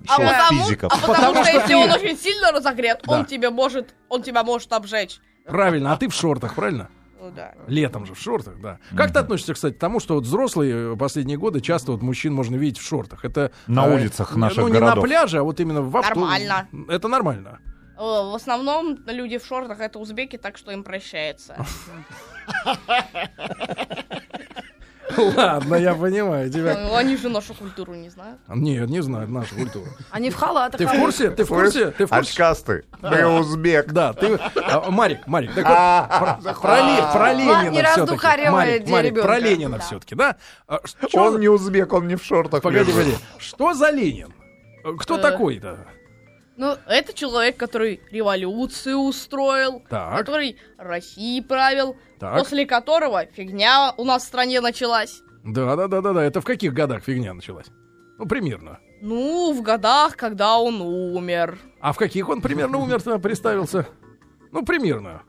D: А
C: Шоу
D: потому,
C: физиков.
D: а потому
A: Потому
D: что,
A: что
D: если
A: ты-
D: он очень сильно разогрет,
A: Да.
D: он тебе может, он тебя может обжечь.
A: Правильно, а ты в шортах, правильно?
D: Ну да.
A: Летом же в шортах, да. Как ты относишься, кстати, к тому, что вот взрослые э, последние годы часто вот мужчин можно видеть в шортах? Это
C: На
A: э,
C: улицах наших
A: ну, не на
C: городов.
A: пляже, а вот именно в авто.
D: Нормально.
A: Это нормально.
D: Э, В основном люди в шортах это узбеки, так что им прощается.
A: Ладно, я понимаю тебя.
D: Э, Они же нашу культуру не знают.
B: Ну.
A: Нет, не знаю нашу культуру.
B: Они а в халатах.
A: Ты в курсе? Ты в курсе? Ты в курсе?
C: Очкастый. Ты узбек.
A: Да, ты... а, Марик, Марик, так вот,
C: А,
A: про, про Ле- про
B: Ладно, не
A: Ленина все-таки.
B: раздухаривай
A: Марик,
B: де
A: Марик, про
B: ребенка.
A: Ленина
B: Да.
A: все-таки, да? А, ш- чё за-
C: Он не узбек, он не в шортах.
A: Погоди,
C: лежит.
A: погоди. Что за Ленин? Э, Кто
D: Э.
A: такой-то?
D: Ну, это человек, который революцию устроил,
A: Так.
D: который России правил,
A: Так.
D: после которого фигня у нас в стране началась.
A: Да, да, да, да, да. Это в каких годах фигня началась? Ну, примерно.
D: Ну, в годах, когда он умер.
A: А в каких он примерно умер тогда приставился? Ну, примерно.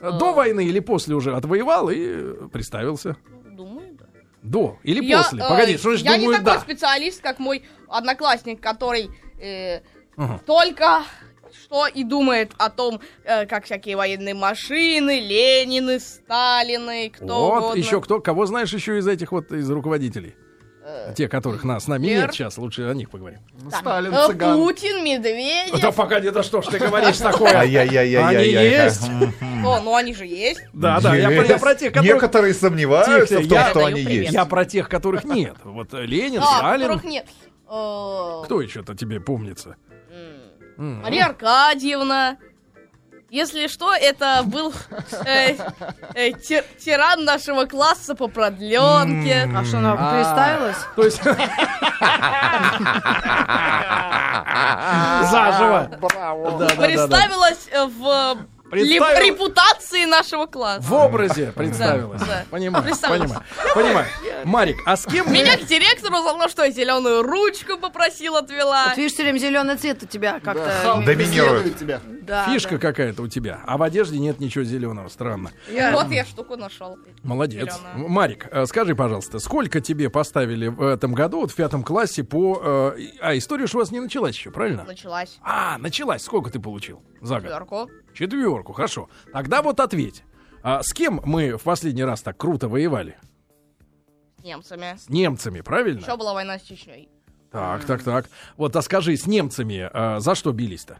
D: А.
A: Э, До войны или после уже отвоевал и э, приставился?
D: Думаю, да.
A: До или
D: Я,
A: после?
D: э,
A: Погоди, что же
D: Я не
A: думаю,
D: такой
A: да.
D: специалист, как мой одноклассник, который э,
A: Ага.
D: только что и думает о том, э, как всякие военные машины, Ленины, Сталины, кто
A: вот,
D: угодно.
A: еще кто, кого знаешь еще из этих вот, из руководителей?
D: Э,
A: Те, которых нас, с нами
D: Лер.
A: нет сейчас, лучше о них поговорим.
E: Ну,
D: там,
E: Сталин,
D: э,
E: цыган.
D: Путин, Медведев.
A: Да погоди, да что ж ты говоришь такое?
C: Ай-яй-яй-яй-яй.
A: Они есть?
C: Хм.
D: О, ну они же есть.
A: Да, да, я про- я про тех, которых...
C: Некоторые сомневаются
A: Тихо,
C: в том,
A: я-
C: что они
D: Даю привет.
C: есть.
A: Я про тех, которых нет. Вот э, Ленин,
D: А,
A: Сталин.
D: которых нет. Э,
A: Кто еще-то тебе помнится?
D: м,
A: М.
D: Мария Аркадьевна. Если что, это был э, э, ти- тиран нашего класса по продленке.
B: А что, она
A: А.
B: представилась?
A: То есть... Заживо. Да, да, да, да.
D: Представилась э, в э,
A: Представила-
D: леп- репутации нашего класса.
A: В образе представилась.
D: Да, да.
A: Понимаю,
D: Представилась.
A: понимаю. Понимаю. Марик, а с кем...
D: Меня к директору за мной что, зеленую ручку попросил, отвела.
B: Вот видишь, все время зеленый цвет у тебя как-то.
E: Халк
C: Доминирует.
E: преследует тебя.
B: Да,
A: Фишка
B: да.
A: какая-то у тебя, а в одежде нет ничего зеленого, странно.
B: Я-
D: Вот я штуку нашел.
A: Молодец.
D: Зелёная.
A: Марик, э, скажи, пожалуйста, сколько тебе поставили в этом году, вот в пятом классе по... э, и- А, история же у вас не началась еще, правильно?
D: Началась.
A: А, началась. Сколько ты получил за год?
D: Четверку.
A: Четверку, хорошо. Тогда вот ответь. А с кем мы в последний раз так круто воевали?
D: С немцами.
A: С немцами, правильно?
D: Еще была война с Чечней.
A: Так, так, так. Вот, а скажи, с немцами а, за что бились-то?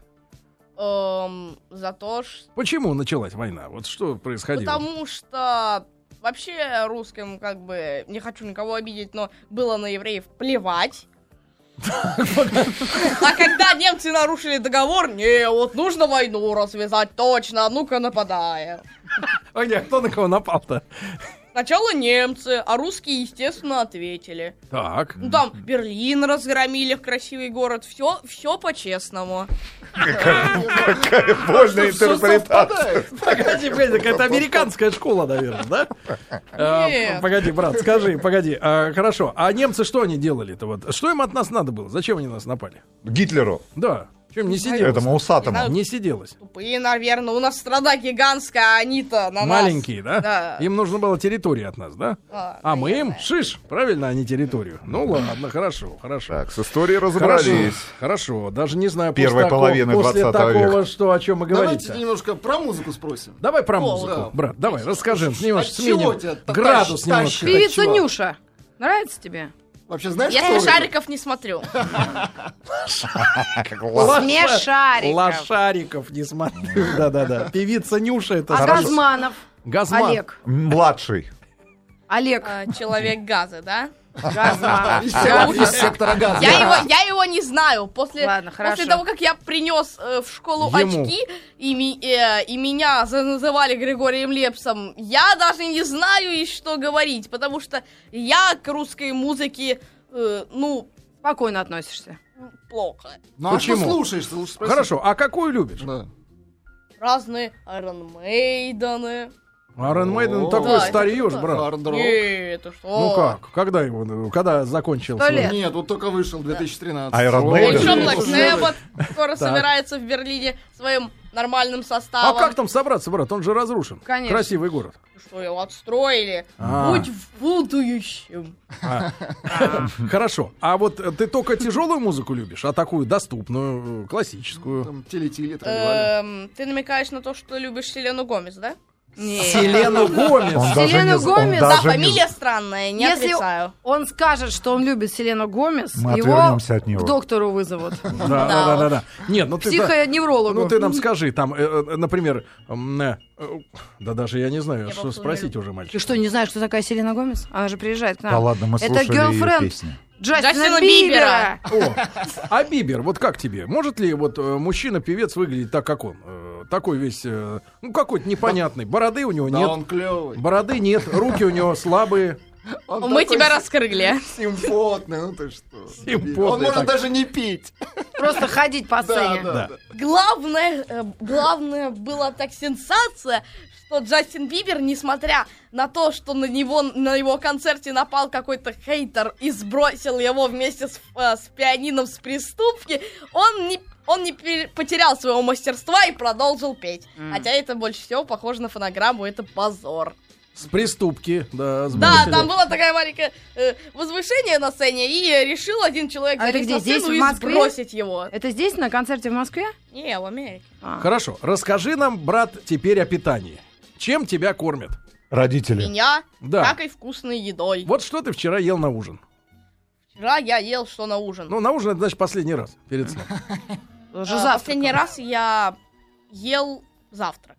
D: Эм, за то, что...
A: Почему началась война? Вот что происходило?
D: Потому что вообще русским, как бы, не хочу никого обидеть, но было на евреев плевать. А когда немцы нарушили договор, не, вот нужно войну развязать, точно, а ну-ка нападаем.
A: А не, кто на кого напал-то?
D: Сначала немцы, а русские, естественно, ответили.
A: Так.
D: Ну там Берлин разгромили в красивый город, все, все по-честному.
C: Какая больная интерпретация.
A: Погоди, погоди, так это американская школа, наверное, да? А,
D: Нет.
A: Погоди, брат, скажи, погоди. А, Хорошо, а немцы что они делали-то? вот? Что им от нас надо было? Зачем они нас напали?
C: Гитлеру.
A: Да. Чем не сиделось?
C: Этому усатому.
D: надо-
A: Не сиделось.
D: Тупые, наверное. У нас страна гигантская, а они-то на нас.
A: Маленькие, да?
D: Да.
A: Им нужна была территория от нас, да?
D: А,
A: А мы им шиш, правильно, а не территорию. Ну ладно, хорошо, хорошо.
C: Так, с историей
A: Хорошо,
C: разобрались.
A: хорошо, даже не знаю,
C: Первой
A: после тако-
C: половины
A: после
C: 20
A: такого,
C: века.
A: что о чем вы говорите.
E: Давайте немножко про музыку спросим.
A: Давай про
E: О,
A: музыку,
E: да.
A: брат, давай, расскажи, немножко
E: От чего
A: сменим
E: тебя так
A: градус
E: тащит,
A: немножко.
E: тащит?
B: Певица
E: чувак.
B: Нюша. Нравится тебе?
E: Вообще знаешь,
D: Я
E: кто это?
D: шариков не смотрю.
C: Как ла-
B: Смешариков.
A: Лошариков, не смотрю. Да-да-да. Певица Нюша это
B: А
A: хорошо.
B: Газманов?
A: Газман.
B: Олег.
C: Младший.
B: Олег.
D: А, Человек газа, да?
B: Газманов.
E: Из сектора- из сектора
A: А.
E: газа.
D: Я его, я его не знаю. После,
B: Ладно, хорошо.
D: после того, как я принес э, в школу
A: Ему.
D: очки и, ми- э, и меня за- называли Григорием Лепсом, я даже не знаю и что говорить, потому что я к русской музыке, э, ну,
B: Спокойно относишься.
D: плохо.
E: Ну а что
A: Почему?
E: слушаешь? Ты лучше спроси.
A: Хорошо, а какую любишь?
E: Да.
D: Разные Iron Maiden.
A: Арен Мейден
E: О.
A: такой
D: Да, это
A: старьёж,
D: круто.
A: брат.
E: Hard Rock.
D: Э, это что?
A: Ну как? Когда его, ну, когда закончил?
B: Сто
A: свой-
B: лет.
E: Нет, вот только вышел 2013.
C: Iron
E: Ой,
C: Maiden.
E: блин,
D: Причем
C: Ой,
D: Э, Black
E: слушай,
D: Sabbath скоро
A: Так.
D: собирается в Берлине своим нормальным
A: А
D: составом.
A: как там собраться, брат? Он же разрушен.
B: Конечно.
A: Красивый город.
D: Что его отстроили?
A: А.
D: Будь в будущем.
A: Хорошо. А вот э, ты только тяжелую музыку любишь, а такую доступную, э, классическую.
E: Там телетили, тролливали.
D: Эм, Ты намекаешь на то, что любишь Селену Гомес, да?
B: Нет.
A: Селена
C: Он
A: Гомес.
C: даже не,
B: Селена
C: з- он
B: Гомес,
D: Да,
C: даже не
D: фамилия странная, не
B: Если-
D: отрицаю.
B: Он скажет, что он любит Селену Гомес,
C: Мы
B: его
C: отвернемся от него.
B: к доктору вызовут.
A: Да, да, да, да, да. Нет, ну ты. да-
B: Психоневрологу.
A: Ну ты нам скажи, там, э, э, например, м, э, э, да даже я не знаю,
D: Я
A: что
D: попсу
A: спросить
D: люблю.
A: уже,
B: Ты
A: мальчик.
B: что, не знаешь, кто такая Селена Гомес? Она же приезжает к нам.
C: Да ладно, мы
B: Это
C: слушали ее
B: girlfriend.
C: песни.
B: Джастина,
D: Джастина
B: Бибера.
A: О, а Бибер, вот как тебе? Может ли вот э, мужчина-певец выглядеть так, как он? Э, такой весь, э, ну какой-то непонятный. Бороды у него
E: Да
A: нет.
E: он клевый.
A: Бороды нет, руки у него слабые.
D: Мы тебя раскрыли.
E: Симпотный, ну ты что.
A: Симпотный
E: Он может
A: так.
E: даже не пить.
B: Просто ходить по сцене.
E: да, да.
D: Главное, э, главное была так сенсация, что Джастин Бибер, несмотря на то, что на него на его концерте напал какой-то хейтер и сбросил его вместе с, э, с пианином с приступки, он не он не пере- потерял своего мастерства и продолжил петь.
B: М.
D: Хотя это больше всего похоже на фонограмму, это позор.
A: С приступки, да, с
D: Да,
A: брюкселя.
D: там было такое маленькое э, возвышение на сцене, и решил один человек
B: А это
D: залезть
B: где,
D: на
B: здесь,
D: сцену
B: в
D: ну, и
B: Москве?
D: сбросить его.
B: Это здесь, на концерте в Москве?
D: Не, в Америке.
B: А.
A: Хорошо, расскажи нам, брат, теперь о питании. Чем тебя кормят?
C: Родители.
D: Меня
A: Да.
D: всякой вкусной едой.
A: Вот что ты вчера ел на ужин.
D: Вчера я ел что на ужин.
A: Ну, на ужин это значит последний раз перед сном.
D: А,
B: Уже завтра.
D: последний раз я ел завтрак.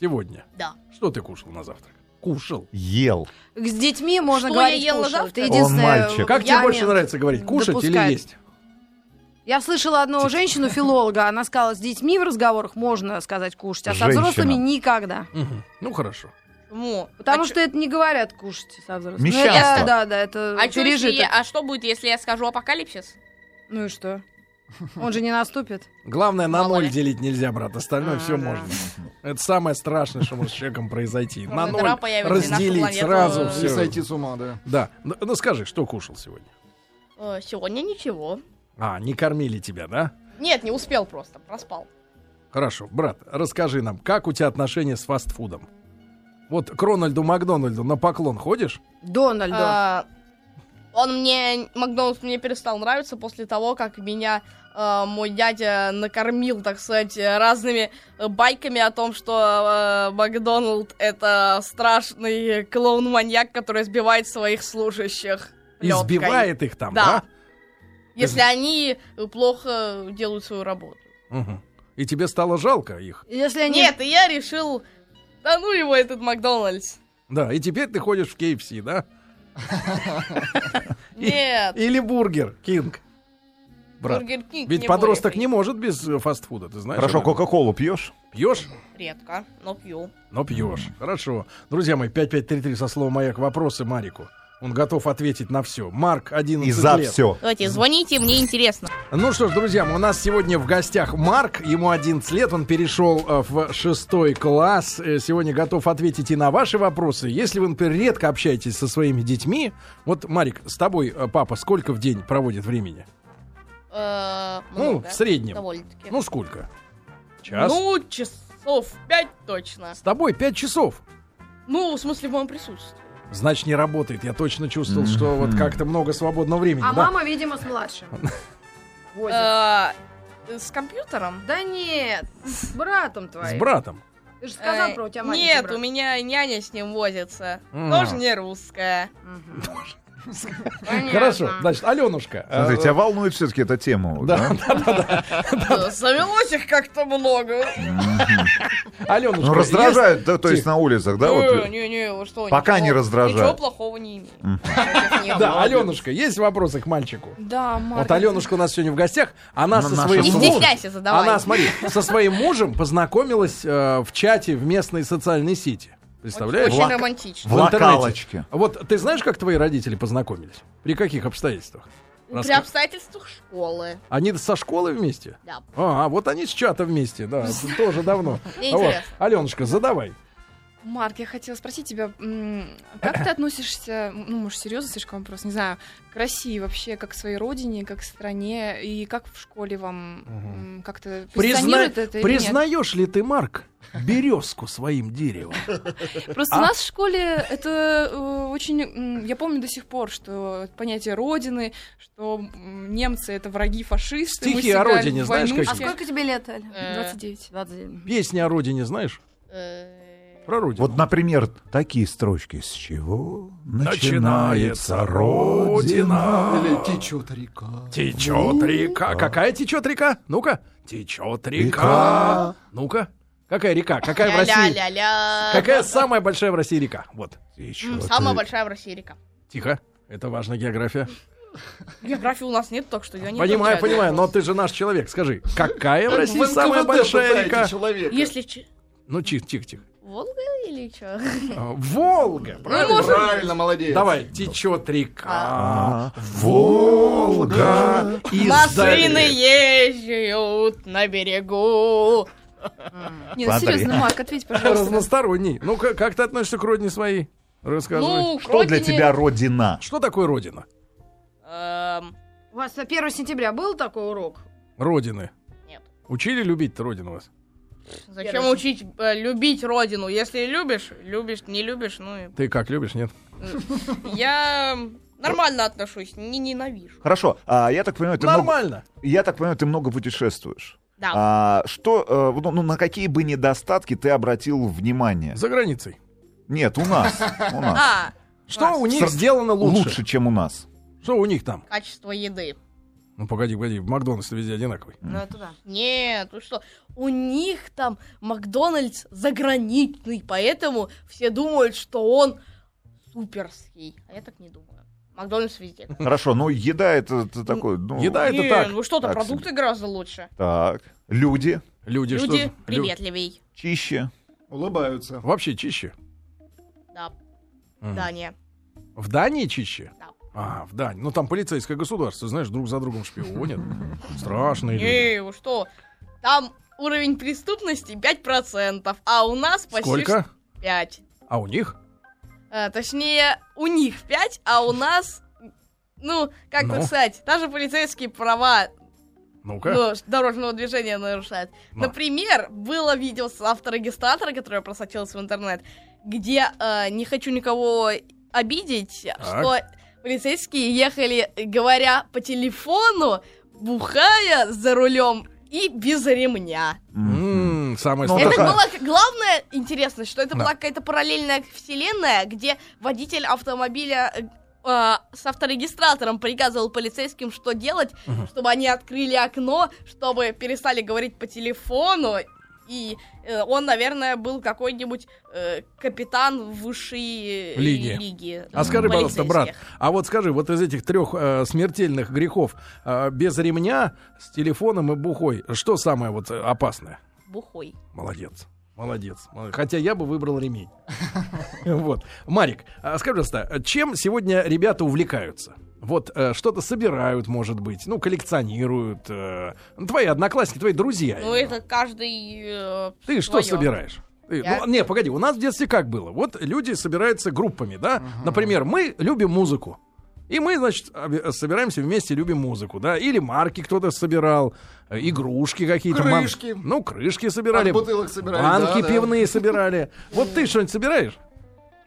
A: Сегодня.
D: Да.
A: Что ты кушал на завтрак? Кушал.
C: Ел.
B: С детьми можно
D: Что
B: говорить
D: я ела
B: кушал.
D: завтра?
B: Ты
D: Он
B: единственное,
C: мальчик.
A: Как тебе
B: я
A: больше
B: нет.
A: нравится говорить? Кушать
B: Допускает.
A: или есть?
B: Я
A: Типа.
B: слышала одну женщину-филолога, она сказала, с детьми в разговорах можно сказать кушать, а со
C: Женщина.
B: взрослыми никогда.
A: Мгм. Ну, хорошо.
D: Почему?
B: Потому
D: А
B: что это не говорят кушать со взрослыми. Ну,
C: Мещанство.
B: это- да, да, это
D: чё- а, чё, если
B: пережиток.
D: я- а что будет, если я скажу апокалипсис?
B: Ну и что? Он же не наступит.
A: Главное, на
D: Мало
A: ноль
D: ли.
A: делить нельзя, брат. Остальное
B: А,
A: все
B: да.
A: можно. Это самое страшное, что может с человеком произойти. На
D: Кроме
A: ноль
D: дыра появится, и нашу
A: разделить
D: планету,
A: сразу
D: э,
E: Не
A: все.
E: сойти с ума, да.
A: Да. Ну, ну, скажи, что кушал сегодня?
D: Э, сегодня ничего.
A: А, не кормили тебя, да?
D: Нет, не успел просто, проспал.
A: Хорошо, брат, расскажи нам, как у тебя отношения с фастфудом? Вот к Рональду Макдональду на поклон ходишь?
B: Дональдо.
D: А, он мне, Макдональдс мне перестал нравиться после того, как меня э, мой дядя накормил, так сказать, разными э, байками о том, что э, Макдональд это страшный клоун-маньяк, который сбивает своих служащих. плеткой.
A: Избивает их там, да?
D: Да. Если они плохо делают свою работу.
A: Мгм. И тебе стало жалко их?
B: Если они...
D: Нет, и я решил, да ну его этот Макдональдс.
A: Да, и теперь ты ходишь в KFC, да? И-
D: Нет,
A: Или бургер Кинг? Брат,
D: Бургер Кинг
A: ведь
D: не
A: подросток
D: мой
A: не может без э, фастфуда, ты знаешь?
C: Хорошо,
A: это?
C: Кока-Колу пьешь?
A: Пьешь?
D: Редко, но пью.
A: Но пьешь. Хорошо. Друзья мои, 5533 со словом «Маяк» вопросы Марику. Он готов ответить на все. Марк, 11
C: И за
A: Ну, лет.
C: все.
D: Давайте, звоните, мне интересно.
A: Ну что ж, друзья, у нас сегодня в гостях Марк, ему 11 лет, он перешел э, в шестой класс, Э, сегодня готов ответить и на ваши вопросы. Если вы, например, редко общаетесь со своими детьми, вот, Марик, с тобой э, папа сколько в день проводит времени?
D: Э, Э,
A: Ну,
D: много,
A: в среднем.
D: Довольно-таки.
A: Ну, сколько? Час.
D: Ну, часов пять точно.
A: С тобой 5 часов.
D: Ну, в смысле, в моем присутствии.
A: Значит, не работает. Я точно чувствовал, что вот
C: Мгм.
A: как-то много свободного времени.
B: А
A: да?
B: мама, видимо, с младшим. возится.
D: Э, С компьютером?
B: Да нет, с братом твоим.
A: С братом.
B: Ты же сказал
D: Э,
B: про у тебя маленький
D: Нет,
B: брат.
D: у меня няня с ним возится.
A: М.
D: Тоже не русская.
B: Мгм. Понятно.
A: Хорошо. Значит, Аленушка. э,
C: Смотри, тебя волнует все-таки эта тема.
A: Да,
C: да?
D: Да, Завелось их как-то много.
C: Мгм.
A: Аленушка.
C: Ну,
A: есть- Э,
C: раздражают, да, то есть на улицах, да? вот?
D: Э, Не-не, вы что?
C: Пока
D: ничего-
C: не раздражает.
D: Ничего плохого не имею.
C: Мгм.
D: Нет,
A: Да,
D: ладно.
A: Аленушка, есть вопросы к мальчику?
D: Да, Марк.
A: Вот Аленушка у нас сегодня в гостях. Она
C: Ну,
A: со
C: наша
A: своим
D: Не
C: Аленушка.
A: мужем.
D: стесняйся, задавай.
A: Она, смотри, со своим мужем познакомилась э, в чате в местной социальной сети. Представляешь?
D: Очень
C: Влак.
D: романтично.
C: В
A: В интернете.
C: локалочке.
A: Вот ты знаешь, как твои родители познакомились? При каких обстоятельствах?
D: При
A: Раска-
D: обстоятельствах школы.
A: Они со школы вместе?
D: Да.
A: А, а, вот они с чата вместе, да, это тоже давно.
D: Мне
A: Вот.
D: интересно.
A: Аленушка, задавай.
F: Марк, я хотела спросить тебя, м, как ты относишься, ну, может, серьезно слишком вопрос, не знаю, к России вообще, как к своей родине, как к стране, и как в школе вам м, как-то позиционируют это или нет?
A: Признаешь ли ты, Марк, березку своим деревом?
F: Просто
A: А?
F: у нас в школе это э, очень, м, я помню до сих пор, что понятие родины, что м, немцы это враги фашисты. мы
A: Стихи о
F: сыграли
A: родине
F: в
A: знаешь
F: войнушке.
B: А сколько тебе лет, Аля?
D: Э,
F: 29.
B: 29.
A: Песни о родине знаешь?
D: э,
A: Про родину.
C: Вот, например, такие строчки. С чего
A: Начинается
C: начинается родина?
E: Или течет река.
C: Ну?
A: Течет
C: А.
A: река. Какая течет река? Ну-ка. Течет река.
C: Река.
A: Ну-ка. Какая река? Какая в России?
D: Ля-ля-ля-ля.
A: Какая самая большая в России река? Вот.
D: М,
C: Течет
D: Самая
C: ре-
D: большая в России река.
A: Тихо. Это важная география.
D: Географии у нас нет, так что я не
A: понимаю,
D: отвечаю на
A: понимаю, но
D: вопрос.
A: ты же наш человек. Скажи, какая в
E: Как
A: России
E: в
A: самая
E: НКВД
A: большая
E: пытаете
A: река?
E: человека.
D: Если че-
A: Ну, тихо, тихо, тихо.
D: Волга или Ну, что?
A: А, Волга, правильно?
E: Правильно, молодец.
A: Давай, течет река.
C: А, Волга.
A: издали.
D: Машины ездят на берегу.
F: Нет, ну,
C: Смотри.
F: серьезно, Марк, ответь, пожалуйста.
A: Разносторонний. Ну, как, как ты относишься к родине своей? Рассказывай.
D: Ну,
C: Что для
D: Кротине,
C: тебя родина?
A: Что такое родина?
D: эм,
B: У вас 1 сентября был такой урок?
A: Родины.
D: Нет.
A: Учили любить-то родину вас?
D: Зачем
B: Первый.
D: учить э, любить родину? Если любишь, любишь, не любишь, ну и...
A: Ты как, любишь, нет?
D: Я нормально отношусь, не ненавижу.
C: Хорошо, а, я так понимаю, ты много,
A: Нормально.
C: я так понимаю, ты много путешествуешь.
D: Да.
C: А, что, э, ну, ну, на какие бы недостатки ты обратил внимание?
A: За границей.
C: Нет, у нас, у нас
D: А,
A: Что у них
C: Сра-
A: сделано лучше?
C: лучше, чем у нас.
A: Что у них там?
D: качество еды.
A: Ну, погоди, погоди, в Макдональдсе везде одинаковый.
B: Ну, это да.
D: Нет, вы что? У них там Макдональдс заграничный, поэтому все думают, что он суперский. А я так не думаю. Макдональдс везде.
C: Хорошо, ну еда это, это такое, ну,
A: еда- А это
D: Не,
A: так,
D: ну что-то
C: так
D: продукты гораздо лучше.
C: Так, люди
A: Люди, что?
D: Люди
A: лю-
D: приветливей.
C: чище.
E: Улыбаются.
A: Вообще чище.
D: Да,
A: Мгм.
D: да, не.
A: В Дании чище?
D: Да.
A: А, в Дании. Ну там полицейское государство, знаешь, друг за другом шпионят. Страшные А, люди.
D: Не, вы что? Там уровень преступности 5%, а у нас почти
A: Сколько?
D: 5.
A: А у них?
D: Э, точнее, у них 5, а у нас, ну, как
A: Ну.
D: так сказать, даже полицейские права
A: Ну-ка.
D: ну, ш- дорожного движения нарушают.
A: Ну.
D: Например, было видео с авторегистратора, которое просочилось в интернет, где э, не хочу никого обидеть,
A: Так.
D: что полицейские ехали, говоря по телефону, бухая за рулем и без ремня.
C: Мгм.
A: М, Самое
C: Ну,
D: это
A: страшное.
D: было к- главное интересно, что это
A: Да.
D: была какая-то параллельная вселенная, где водитель автомобиля э, э, с авторегистратором приказывал полицейским, что делать,
A: Мгм.
D: чтобы они открыли окно, чтобы перестали говорить по телефону. И э, он, наверное, был какой-нибудь э, капитан высшей э,
A: Лиги.
D: лиги.
A: А скажи, пожалуйста, брат,
D: полицейских.
A: а вот скажи, вот из этих трех э, смертельных грехов э, без ремня, с телефоном и бухой, что самое вот э, опасное?
D: Бухой.
A: Молодец. Молодец. Мол- Хотя я бы выбрал ремень. Вот. Марик, а скажи, пожалуйста, чем сегодня ребята увлекаются? Вот э, что-то собирают, может быть, ну, коллекционируют. э, ну, твои одноклассники, твои друзья.
D: Ну,
A: именно.
D: это каждый... э,
A: Ты что
D: своё.
A: собираешь? Ты-
D: Я-
A: ну, не, погоди, у нас в детстве как было? Вот люди собираются группами, да? Например, мы любим музыку. И мы, значит, обе- собираемся вместе, любим музыку, да, или марки кто-то собирал, э, игрушки какие-то. мам-
E: Крышки.
A: Ну, крышки собирали.
E: От бутылок собирали.
A: Банки
E: да, да.
A: пивные собирали. Вот ты что-нибудь собираешь?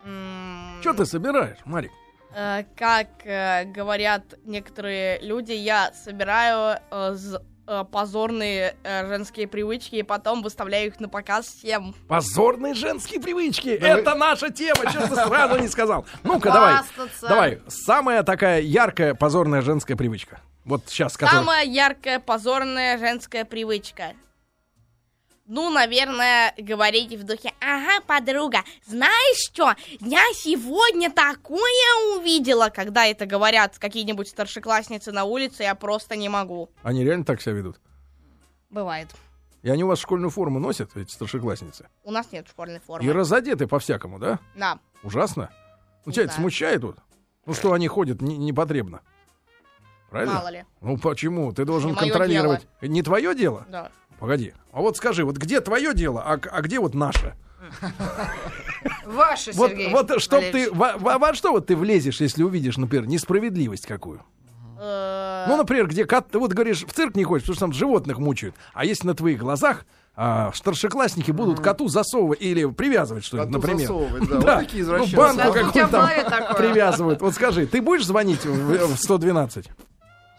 D: М,
A: Что ты собираешь, Марик?
D: э, Как э, говорят некоторые люди, я собираю э, з- э, позорные э, женские привычки и потом выставляю их на показ всем.
A: Позорные женские привычки.
E: Да вы-
A: Это наша тема, что ты сразу не сказал. Ну-ка, давай.
B: Хвастаться.
A: Давай. Самая такая яркая позорная женская привычка. Вот сейчас, которая...
D: Самая яркая позорная женская привычка. Ну, наверное, говорите в духе, ага, подруга, знаешь что, я сегодня такое увидела, когда это говорят какие-нибудь старшеклассницы на улице, я просто не могу.
A: Они реально так себя ведут?
D: Бывает.
A: И они у вас школьную форму носят, эти старшеклассницы?
D: У нас нет школьной
A: И
D: формы.
A: разодеты по-всякому, да?
D: Да.
A: Ужасно. Ну,
D: Не
A: тебя это
D: знаю.
A: смущает вот? Ну, что они ходят не- непотребно. Правильно?
D: Мало ли.
A: Ну, почему? Ты должен
D: Не моё
A: контролировать. Не твое дело?
D: Да.
A: Погоди. А вот скажи, вот где твое дело, а, а где вот наше?
B: Ваше,
A: Вот,
B: Сергей.
A: вот чтоб ты...
B: Валерьевич.
A: Во, во- во что вот ты влезешь, если увидишь, например, несправедливость какую?
D: Э,
A: Ну, например, где кот... Ты вот говоришь, в цирк не хочешь, потому что там животных мучают. А если на твоих глазах а, старшеклассники будут коту засовывать или привязывать что-нибудь,
E: Коту
A: например.
E: засовывать, да. Вот
A: Да.
E: такие
A: ну,
E: извращенцы.
A: банку
B: Да, у тебя
A: какую
B: в
A: там
B: голове такое.
A: привязывают. Вот скажи, ты будешь звонить в, в 112?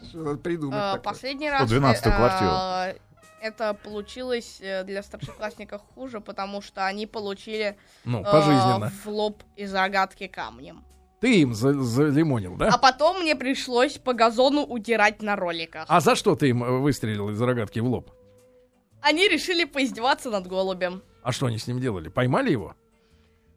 E: Что-то придумать
D: э,
E: такое.
D: Последний раз...
C: 112-ю
D: э,
C: квартиру.
D: э, Это получилось э, для старшеклассников хуже, потому что они получили
A: Ну,
D: э,
A: пожизненно.
D: в лоб из рогатки камнем.
A: Ты им за- залимонил, да?
D: А потом мне пришлось по газону удирать на роликах.
A: А за что ты им э, выстрелил из рогатки в лоб?
D: Они решили поиздеваться над голубем.
A: А что они с ним делали? Поймали его?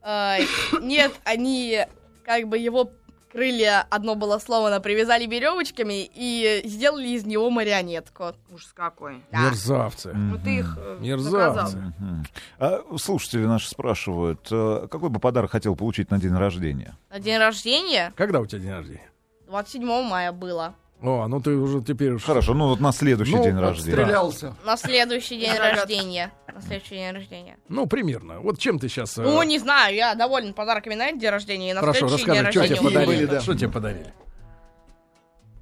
D: Э, Нет, они как бы его крылья, одно было сломано, привязали веревочками и сделали из него марионетку.
B: Ужас какой.
D: Да.
A: Мерзавцы.
B: Ну ты их э,
A: Мерзавцы.
B: наказал.
C: Мгм. А слушатели наши спрашивают, э, какой бы подарок хотел получить на день рождения?
D: На день рождения,
A: Когда у тебя день рождения?
D: 27 мая было.
A: О, ну ты уже теперь... уж-
C: Хорошо, ну вот на следующий
A: Ну,
C: день
A: вот
C: рождения.
E: Стрелялся.
D: На следующий день
B: Рогатки.
D: рождения. На следующий день рождения.
A: Ну, примерно. Вот чем ты сейчас...
D: Ну, не знаю, я доволен подарками на этот день рождения и на
A: Хорошо,
D: следующий день
A: расскажи, что
D: рождения.
A: тебе
E: Какие
A: подарили?
E: были, да.
A: Что тебе подарили?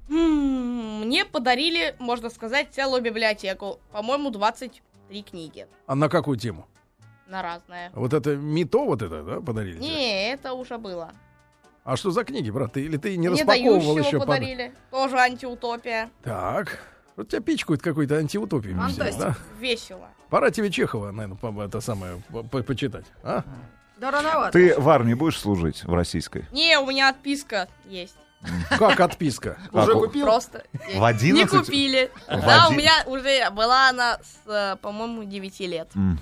D: М, Мне подарили, можно сказать, целую библиотеку. По-моему, 23 книги
A: А на какую тему?
D: на разное.
A: Вот это МИТО вот это, да, подарили? тебе?
D: Не, это уже было.
A: А что за книги, брат? Ты, или ты не
D: Мне
A: распаковывал
D: дающего
A: еще? под-
D: подарили. Тоже антиутопия.
A: Так. Вот тебя пичкают какой-то антиутопией. видимо,
B: Фантастика.
A: да?
D: Весело.
A: Пора тебе Чехова, наверное, по- это самое, по- по- почитать. А?
B: Да рановато.
C: Ты в армии будешь служить в российской?
D: Не, у меня отписка есть.
A: Как отписка?
E: Уже
C: у-
E: купил?
D: Просто есть.
C: В 11?
D: Не купили.
C: В
D: Да, у
C: один-
D: меня уже была она с, э, по-моему, 9 лет.
C: Мгм.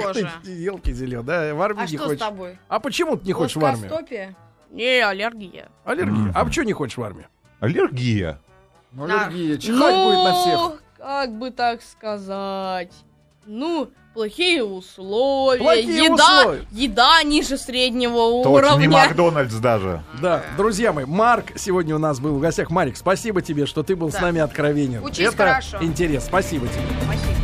B: Боже.
A: елки зелен, да? В армию
B: А
A: не
B: что с
A: хочешь.
B: тобой?
A: А почему ты не хочешь в армию?
B: Плоскостопие?
D: Не, аллергия.
A: Аллергия.
C: Мгм.
A: А почему не хочешь в армию?
C: Аллергия.
E: Ну,
B: Да.
E: аллергия. Чихать будет
D: Ну,
E: на всех.
D: как бы так сказать. Ну, плохие условия.
A: Плохие
D: еда,
A: условия.
D: еда ниже среднего
C: Точно, не
D: уровня.
C: Макдональдс даже.
A: Да, друзья мои, Марк сегодня у нас был в гостях. Марик, спасибо тебе, что ты был с
B: Да.
A: нами откровенен.
B: Учись
A: Это
B: хорошо.
A: интерес. Спасибо тебе.
B: Спасибо.